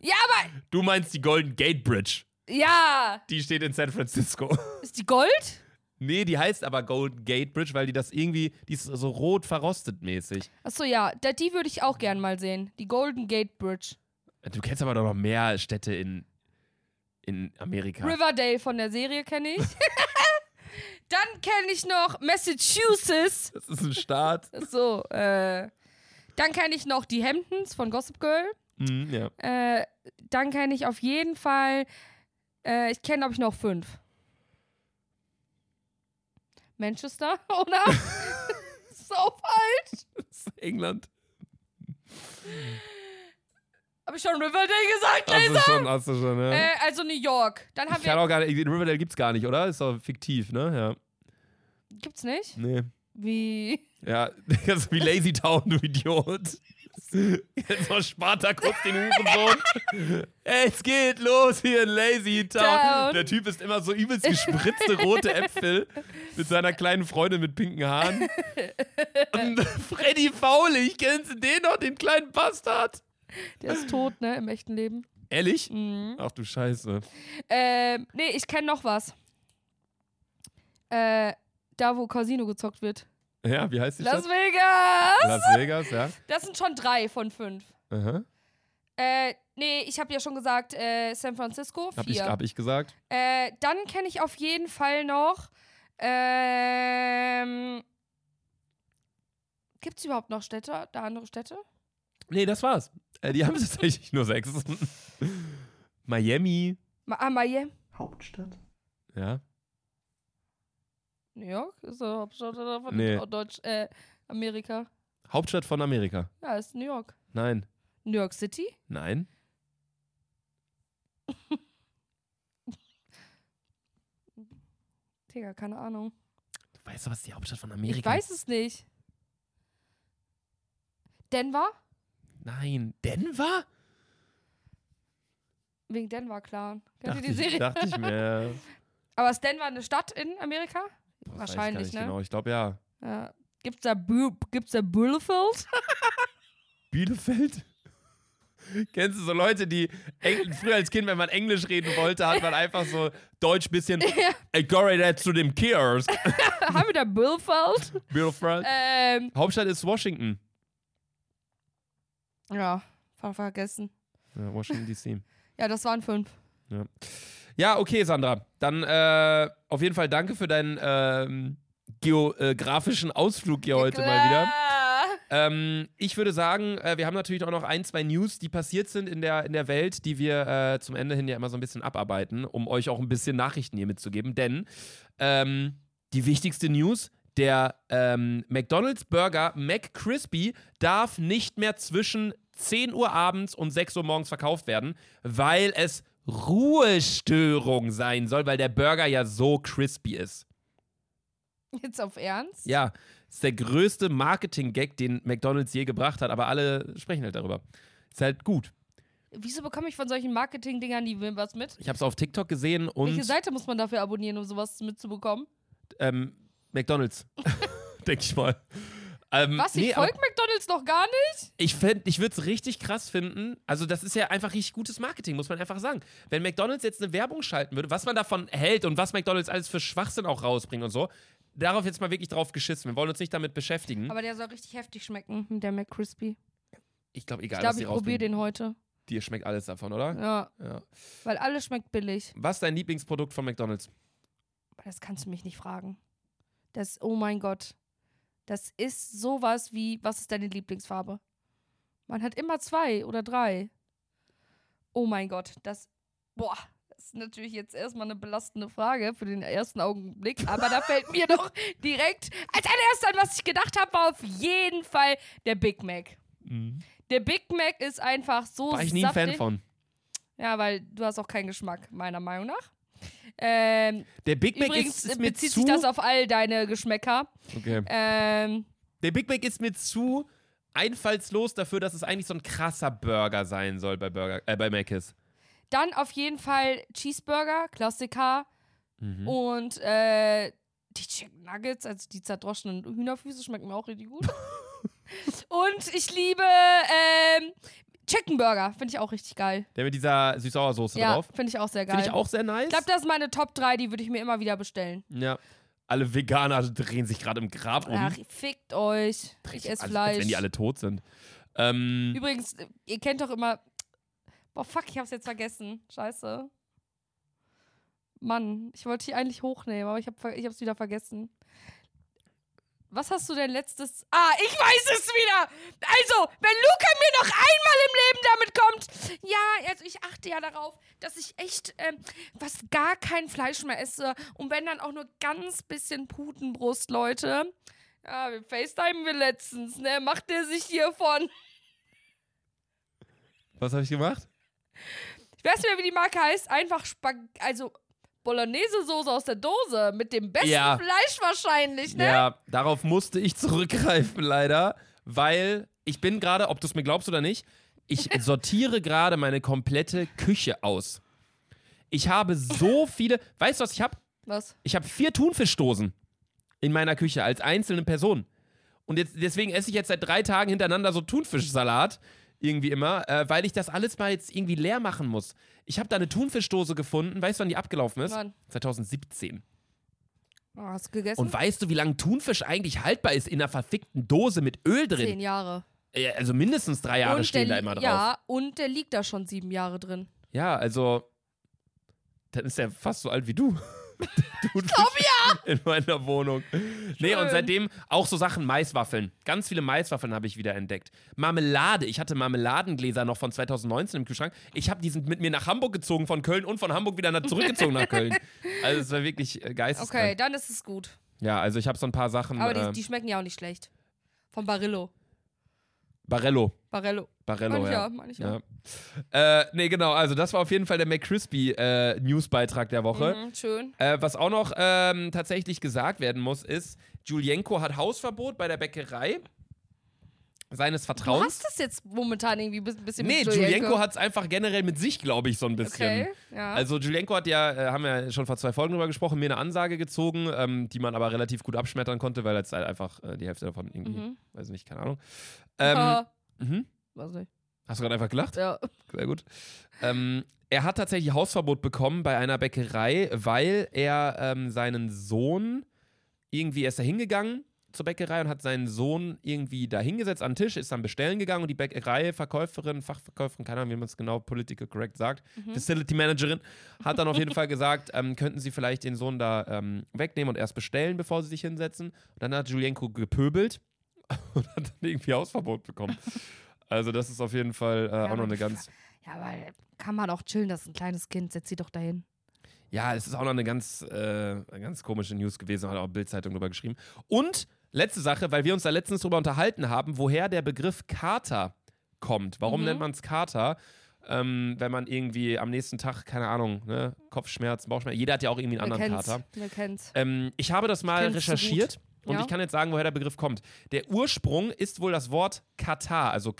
S2: Ja, aber.
S1: Du meinst die Golden Gate Bridge.
S2: Ja.
S1: Die steht in San Francisco.
S2: Ist die Gold?
S1: nee, die heißt aber Golden Gate Bridge, weil die das irgendwie, die ist so rot verrostet mäßig.
S2: Achso, ja. da- Die würde ich auch gern mal sehen. Die Golden Gate Bridge.
S1: Du kennst aber doch noch mehr Städte in, in Amerika.
S2: Riverdale von der Serie kenne ich. Dann kenne ich noch Massachusetts.
S1: das ist ein Staat.
S2: So, äh. Dann kenne ich noch die Hamptons von Gossip Girl.
S1: mhm, ja.
S2: Äh, dann kenne ich auf jeden Fall. Äh, ich kenne, glaube ich, noch fünf. Manchester, oder? so falsch.
S1: Das ist England.
S2: Habe ich schon Riverdale gesagt,
S1: Hast
S2: Laser?
S1: du schon, hast du schon, ja.
S2: Äh, also New York. Dann haben
S1: ich kann
S2: wir.
S1: auch gar nicht, Riverdale gibt's gar nicht, oder? Ist doch fiktiv, ne?
S2: Gibt's nicht?
S1: Ja. Nee.
S2: Wie?
S1: Ja, das ist wie Lazy Town, du Idiot. Jetzt war Spartakus den Hurensohn. Ey, es geht los hier in Lazy Town.
S2: Town.
S1: Der Typ ist immer so übelst gespritzte rote Äpfel mit seiner kleinen Freundin mit pinken Haaren. Und Freddy Faulich, kennst du den noch, den kleinen Bastard?
S2: Der ist tot, ne? Im echten Leben.
S1: Ehrlich?
S2: Mhm.
S1: Ach du Scheiße.
S2: Ähm, nee, ich kenne noch was. Äh, da, wo Casino gezockt wird.
S1: Ja, wie heißt die
S2: Las
S1: Stadt?
S2: Vegas!
S1: Las Vegas, ja.
S2: Das sind schon drei von fünf.
S1: Aha.
S2: Äh, nee, ich habe ja schon gesagt, äh, San Francisco,
S1: Hab, ich,
S2: vier.
S1: hab ich gesagt.
S2: Äh, dann kenne ich auf jeden Fall noch, ähm, gibt's überhaupt noch Städte, da andere Städte?
S1: Nee, das war's. Äh, die haben tatsächlich nur sechs. Miami,
S2: Ma ah, Miami.
S3: Hauptstadt?
S1: ja.
S2: New York ist der Hauptstadt oder von
S1: Nee.
S2: Deutsch, äh, Amerika.
S1: Hauptstadt von Amerika.
S2: Ja, ist New York.
S1: Nein.
S2: New York City?
S1: Nein.
S2: Digga, keine Ahnung.
S1: Du weißt doch, was die Hauptstadt von Amerika
S2: Ich weiß es nicht. Denver?
S1: Nein. Denver?
S2: Wegen Denver, klar. Kennt ihr
S1: Dachte
S2: die
S1: ich,
S2: Serie?
S1: dachte ich mir.
S2: Aber ist Denver eine Stadt in Amerika?
S1: Boah, das weiß ich gar
S2: Wahrscheinlich,
S1: nicht
S2: ne?
S1: Genau, ich glaube ja.
S2: Ja. Gibt's da, Bu gibt's da Bielefeld?
S1: Bielefeld? Kennst du so Leute, die Eng früher als Kind, wenn man Englisch reden wollte, hat man einfach so Deutsch bisschen I go right at zu dem Kiosk.
S2: Haben wir da Bielefeld?
S1: Bielefeld.
S2: ähm,
S1: Hauptstadt ist Washington.
S2: ja, ver vergessen.
S1: Ja, Washington DC.
S2: Ja, das waren fünf.
S1: Ja, okay, Sandra. Dann äh, auf jeden Fall danke für deinen ähm, geografischen Ausflug hier heute mal wieder.
S2: wieder.
S1: Ähm, ich würde sagen, äh, wir haben natürlich auch noch ein, zwei News, die passiert sind in der, in der Welt, die wir äh, zum Ende hin ja immer so ein bisschen abarbeiten, um euch auch ein bisschen Nachrichten hier mitzugeben. Denn ähm, die wichtigste News, der ähm, McDonald's Burger McCrispy darf nicht mehr zwischen 10 Uhr abends und 6 Uhr morgens verkauft werden, weil es Ruhestörung sein soll, weil der Burger ja so crispy ist.
S2: Jetzt auf Ernst?
S1: Ja, ist der größte Marketing-Gag, den McDonalds je gebracht hat, aber alle sprechen halt darüber. Ist halt gut.
S2: Wieso bekomme ich von solchen Marketing-Dingern nie was mit?
S1: Ich habe es auf TikTok gesehen
S2: Welche
S1: und
S2: Seite muss man dafür abonnieren, um sowas mitzubekommen?
S1: ähm, McDonalds. Denke ich mal. Ähm,
S2: Was?
S1: nee,
S2: ich
S1: aber
S2: folge McDonalds noch gar nicht?
S1: ich, fänd- ich würde es richtig krass finden. Also, das ist ja einfach richtig gutes Marketing, muss man einfach sagen. Wenn McDonalds jetzt eine Werbung schalten würde, was man davon hält und was McDonalds alles für Schwachsinn auch rausbringt und so, darauf jetzt mal wirklich drauf geschissen. Wir wollen uns nicht damit beschäftigen.
S2: Aber der soll richtig heftig schmecken, der McCrispy.
S1: ich glaube,
S2: Ich
S1: egal, was
S2: glaube,
S1: die
S2: ich probiere
S1: rausbringen.
S2: den heute.
S1: Dir schmeckt alles davon, oder?
S2: Ja,
S1: ja.
S2: weil alles schmeckt billig.
S1: Was ist dein Lieblingsprodukt von McDonalds?
S2: Aber Das kannst du mich nicht fragen. Das, oh mein Gott. Das ist sowas wie, was ist deine Lieblingsfarbe? Man hat immer zwei oder drei. Oh mein Gott, das, boah, das ist natürlich jetzt erstmal eine belastende Frage für den ersten Augenblick, aber da fällt mir doch direkt als allererstes an, was ich gedacht habe, war auf jeden Fall der Big Mac. Der Big Mac ist einfach so
S1: War ich nie ein Fan
S2: saftig.
S1: von.
S2: Ja, weil du hast auch keinen Geschmack, meiner Meinung nach. Ähm,
S1: Der Big Mac
S2: Übrigens äh,
S1: ist, ist mir
S2: bezieht
S1: zu.
S2: sich das auf all deine Geschmäcker.
S1: okay.
S2: Ähm,
S1: Der Big Mac ist mir zu einfallslos dafür, dass es eigentlich so ein krasser Burger sein soll bei Burger, äh, bei Mac ist.
S2: dann auf jeden Fall Cheeseburger, Klassiker
S1: Mhm.
S2: und äh, die Chicken Nuggets, also die zerdroschenen Hühnerfüße schmecken mir auch richtig gut. und ich liebe ähm, Chicken Burger, finde ich auch richtig geil.
S1: Der mit dieser Süß-Sauer-Soße
S2: Ja,
S1: drauf.
S2: finde ich auch sehr geil.
S1: Finde ich auch sehr nice.
S2: Ich glaube, das ist meine Top 3, die würde ich mir immer wieder bestellen.
S1: ja. Alle Veganer drehen sich gerade im Grab um.
S2: Ach, fickt euch. Ich
S1: Richtig,
S2: esse
S1: Also, als,
S2: Fleisch.
S1: Als wenn die alle tot sind. Ähm,
S2: Übrigens, äh, ihr kennt doch immer. Boah, fuck, ich hab's jetzt vergessen. Scheiße. Mann, ich wollte die eigentlich hochnehmen, aber ich, hab, ver- ich hab's wieder vergessen. Was hast du denn letztes. Ah, ich weiß es wieder! Also, wenn Luca mir noch einmal im Leben damit kommt. Ja, also ich achte ja darauf, dass ich echt ähm, was gar kein Fleisch mehr esse. Und wenn dann auch nur ganz bisschen Putenbrust, Leute. Ja, wir FaceTimen wir letztens, ne? Macht der sich hier von.
S1: was habe ich gemacht?
S2: Ich weiß nicht mehr, wie die Marke heißt. Einfach Spag also Bolognese-Soße aus der Dose mit dem besten
S1: Ja.
S2: Fleisch wahrscheinlich, ne?
S1: Ja, darauf musste ich zurückgreifen, leider, weil ich bin gerade, ob du es mir glaubst oder nicht, ich sortiere gerade meine komplette Küche aus. Ich habe so viele, weißt du was, ich habe
S2: Was?
S1: ich habe vier Thunfischdosen in meiner Küche als einzelne Person. Und jetzt, deswegen esse ich jetzt seit drei Tagen hintereinander so Thunfischsalat irgendwie immer, äh, weil ich das alles mal jetzt irgendwie leer machen muss. Ich habe da eine Thunfischdose gefunden, weißt du, wann die abgelaufen ist?
S2: Wann?
S1: 2017.
S2: Oh, hast du gegessen?
S1: Und weißt du, wie lange Thunfisch eigentlich haltbar ist in einer verfickten Dose mit Öl
S2: Zehn
S1: drin?
S2: Jahre.
S1: Äh, Also mindestens drei Jahre
S2: und der
S1: stehen da
S2: li-
S1: immer drauf. Ja,
S2: Ja, und der liegt da schon sieben Jahre drin.
S1: also dann ist er fast so alt wie du. ich glaube ja. In meiner Wohnung. Nee,
S2: Schön.
S1: und seitdem auch so Sachen Maiswaffeln. Ganz viele Maiswaffeln habe ich wieder entdeckt. Marmelade. Ich hatte Marmeladengläser noch von 2019 im Kühlschrank. Ich habe die sind mit mir nach Hamburg gezogen von Köln und von Hamburg wieder nach, zurückgezogen nach Köln. Also es war wirklich äh, geisteskrank.
S2: Okay, dann ist es gut.
S1: Ja, also ich habe so ein paar Sachen.
S2: Aber
S1: äh,
S2: die, die schmecken ja auch nicht schlecht. Von Barillo.
S1: Barello.
S2: Barello.
S1: Barello,
S2: Meine ich
S1: ja.
S2: ja, meine ich ja.
S1: Ja. Äh, nee, genau, also das war auf jeden Fall der McCrispy-Newsbeitrag der Woche.
S2: Mhm, schön.
S1: Äh, was auch noch ähm, tatsächlich gesagt werden muss, ist, Julienko hat Hausverbot bei der Bäckerei seines
S2: Du
S1: Vertrauens.
S2: hast das jetzt momentan irgendwie ein bisschen
S1: Nee,
S2: mit Julienko.
S1: Julienko hat es einfach generell mit sich, glaube ich, so ein bisschen.
S2: Okay, ja.
S1: Also Julienko hat ja, äh, haben wir ja schon vor zwei Folgen drüber gesprochen, mir eine Ansage gezogen, ähm, die man aber relativ gut abschmettern konnte, weil jetzt halt einfach äh, die Hälfte davon irgendwie,
S2: Mhm.
S1: weiß nicht, keine Ahnung. Ähm,
S2: Ah,
S1: mhm.
S2: weiß nicht.
S1: Hast du gerade einfach gelacht?
S2: Ja.
S1: Sehr gut. Ähm, er hat tatsächlich Hausverbot bekommen bei einer Bäckerei, weil er ähm, seinen Sohn irgendwie er ist da hingegangen zur Bäckerei und hat seinen Sohn irgendwie da hingesetzt an den Tisch, ist dann bestellen gegangen und die Bäckerei, Verkäuferin, Fachverkäuferin, keine Ahnung, wie man es genau political correct sagt, Facility Managerin, hat dann auf jeden Fall gesagt, ähm, könnten Sie vielleicht den Sohn da ähm, wegnehmen und erst bestellen, bevor Sie sich hinsetzen. Und dann hat Julienko gepöbelt und hat dann irgendwie Hausverbot bekommen. Also das ist auf jeden Fall äh, auch
S2: aber
S1: noch eine
S2: die
S1: ganz
S2: ja, aber kann man auch chillen, das ist ein kleines Kind, setz sie doch dahin.
S1: Ja, es ist auch noch eine ganz, äh, eine ganz komische News gewesen, hat auch Bildzeitung drüber geschrieben. Und letzte Sache, weil wir uns da letztens drüber unterhalten haben, woher der Begriff Kater kommt. Warum
S2: Mhm.
S1: nennt man es Kater? Ähm, wenn man irgendwie am nächsten Tag, keine Ahnung, ne, Kopfschmerz, Bauchschmerz, jeder hat ja auch irgendwie einen
S2: Wir
S1: anderen
S2: kennt's.
S1: Kater.
S2: Wir kennt's.
S1: Ähm, ich habe das mal
S2: kenn's so gut.
S1: recherchiert und
S2: Ja.
S1: ich kann jetzt sagen, woher der Begriff kommt. Der Ursprung ist wohl das Wort Katar, also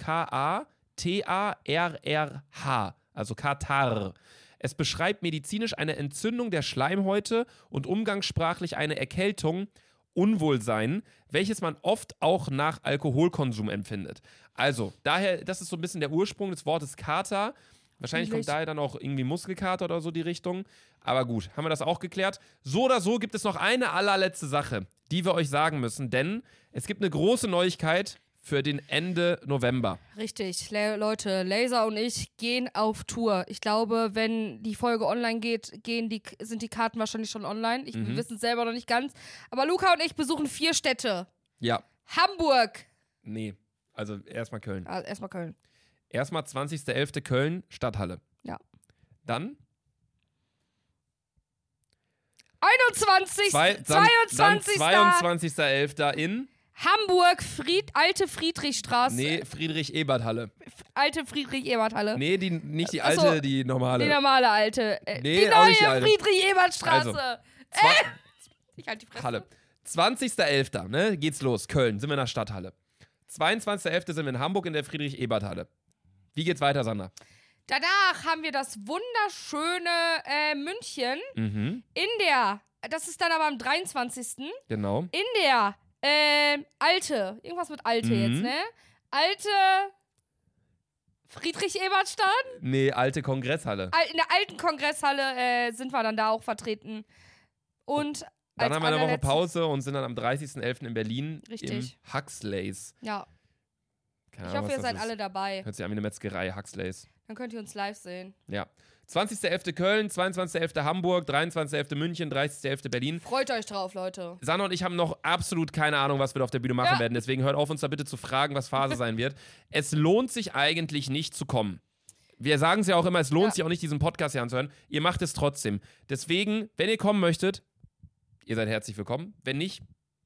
S1: K-A-T-A-R-R-H, also Katar. Es beschreibt medizinisch eine Entzündung der Schleimhäute und umgangssprachlich eine Erkältung, Unwohlsein, welches man oft auch nach Alkoholkonsum empfindet. Also, daher, das ist so ein bisschen der Ursprung des Wortes Kater. Wahrscheinlich kommt
S2: Natürlich.
S1: daher dann auch irgendwie Muskelkater oder so die Richtung. Aber gut, haben wir das auch geklärt. So oder so gibt es noch eine allerletzte Sache, die wir euch sagen müssen, denn es gibt eine große Neuigkeit für den Ende November.
S2: Richtig, Le Leute, Laser und ich gehen auf Tour. Ich glaube, wenn die Folge online geht, gehen die, sind die Karten wahrscheinlich schon online. Ich,
S1: Mhm.
S2: Wir wissen es selber noch nicht ganz. Aber Luca und ich besuchen vier Städte.
S1: Ja,
S2: Hamburg.
S1: nee. Also erstmal Köln.
S2: Also erstmal Köln.
S1: Erstmal 20.11. Köln, Stadthalle.
S2: Ja.
S1: Dann
S2: 21.
S1: zwei, dann,
S2: 22.
S1: dann 22.11. in
S2: Hamburg, Fried, alte Friedrichstraße.
S1: nee, Friedrich-Ebert-Halle.
S2: Alte Friedrich-Ebert-Halle.
S1: Nee, die, nicht die
S2: Ach so.
S1: alte, die normale.
S2: Die normale alte. Äh,
S1: Nee,
S2: die
S1: auch
S2: neue
S1: nicht die alte.
S2: Friedrich-Ebert-Straße.
S1: Zwei,
S2: Ich halte die Fresse.
S1: Halle. 20.11. Ne, geht's los. Köln, sind wir in der Stadthalle. 22.11. sind wir in Hamburg in der Friedrich-Ebert-Halle. Wie geht's weiter, Sander?
S2: Danach haben wir das wunderschöne äh, München
S1: Mhm,
S2: in der, das ist dann aber am 23.
S1: genau.
S2: in der äh, alte, irgendwas mit alte
S1: Mhm.
S2: jetzt, ne? Alte Friedrich-Ebert-Stadt,
S1: Nee, alte Kongresshalle.
S2: Al- in der alten Kongresshalle äh, sind wir dann da auch vertreten. Und
S1: Dann
S2: als
S1: haben wir eine Woche
S2: allerletzten-
S1: Pause und sind dann am 30.11. in Berlin
S2: Richtig.
S1: im Huxleys.
S2: Ja,
S1: Keine
S2: ich
S1: Ahnung,
S2: hoffe, ihr
S1: was das
S2: seid
S1: ist.
S2: alle dabei.
S1: Hört sich an wie eine Metzgerei, Huxleys.
S2: Dann könnt ihr uns live sehen.
S1: Ja. 20.11. Köln, 22.11. Hamburg, 23.11. München, 30.11. Berlin.
S2: Freut euch drauf, Leute.
S1: Sanna und ich haben noch absolut keine Ahnung, was wir da auf der Bühne machen
S2: Ja.
S1: werden. Deswegen hört auf, uns da bitte zu fragen, was Phase sein wird. Es lohnt sich eigentlich nicht zu kommen. Wir sagen es ja auch immer, es lohnt
S2: Ja.
S1: sich auch nicht, diesen Podcast hier anzuhören. Ihr macht es trotzdem. Deswegen, wenn ihr kommen möchtet, ihr seid herzlich willkommen. Wenn nicht,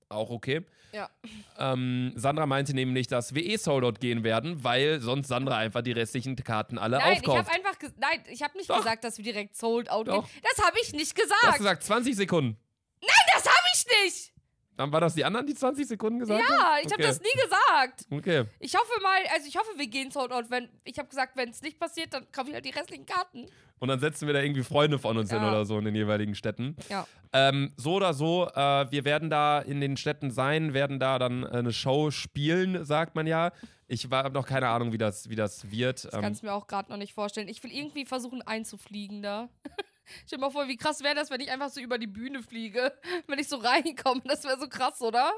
S1: auch okay.
S2: Ja.
S1: Ähm, Sandra meinte nämlich, dass wir eh Soldout gehen werden, weil sonst Sandra einfach die restlichen Karten alle
S2: Nein, ich
S1: aufkauft.
S2: habe einfach ge- Nein, ich habe nicht
S1: Doch.
S2: gesagt, dass wir direkt sold out
S1: Doch.
S2: gehen. Das habe ich nicht gesagt.
S1: Du hast gesagt 20 Sekunden.
S2: das habe ich nicht.
S1: Dann war das die anderen, die 20 Sekunden gesagt haben?
S2: Ja, ich habe
S1: Okay.
S2: das nie gesagt.
S1: Okay.
S2: Ich hoffe mal, also ich hoffe, wir gehen sold out. Wenn ich habe gesagt, wenn es nicht passiert, dann kaufe ich halt die restlichen Karten.
S1: Und dann setzen wir da irgendwie Freunde von uns hin
S2: Ja.
S1: oder so in den jeweiligen Städten.
S2: Ja.
S1: Ähm, so oder so, äh, wir werden da in den Städten sein, werden da dann äh, eine Show spielen, sagt man ja. Ich habe noch keine Ahnung, wie das, wie das wird.
S2: Das kannst du mir auch gerade noch nicht vorstellen. Ich will irgendwie versuchen einzufliegen da. Stell dir mal vor, wie krass wäre das, wenn ich einfach so über die Bühne fliege, wenn ich so reinkomme. Das wäre so krass, oder?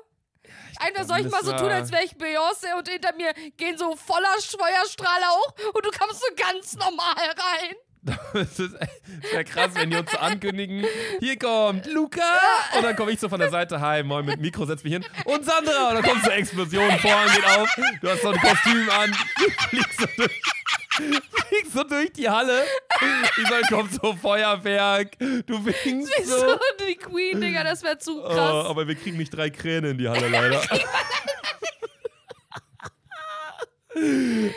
S2: Einfach soll ich mal so
S1: müssen
S2: tun,
S1: wir-
S2: als wäre ich Beyoncé und hinter mir gehen so voller Feuerstrahler hoch und du kommst so ganz normal rein.
S1: Es ist sehr krass, wenn die uns so ankündigen. Hier kommt Luca! Und dann komme ich so von der Seite, hi, moin, mit Mikro, setz mich hin. Und Sandra! Und dann kommt so eine Explosion, Vorhang geht auf, du hast so ein Kostüm an, fliegst so durch, fliegst so durch die Halle. Isol kommt so Feuerwerk. Du winkst
S2: Wieso
S1: so.
S2: die Queen, Digga, das wäre zu
S1: Oh,
S2: krass.
S1: aber wir kriegen nicht drei Kräne in die Halle leider.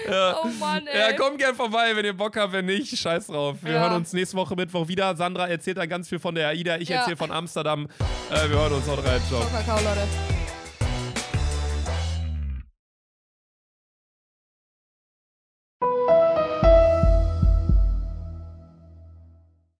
S1: ja.
S2: oh Mann, ey.
S1: Ja, komm gern vorbei, wenn ihr Bock habt, wenn nicht, scheiß drauf. Wir
S2: Ja.
S1: hören uns nächste Woche Mittwoch wieder. Sandra erzählt dann ganz viel von der AIDA, ich
S2: Ja.
S1: erzähle von Amsterdam. Äh, wir hören uns, haut rein, ciao.
S2: Kakao, Leute.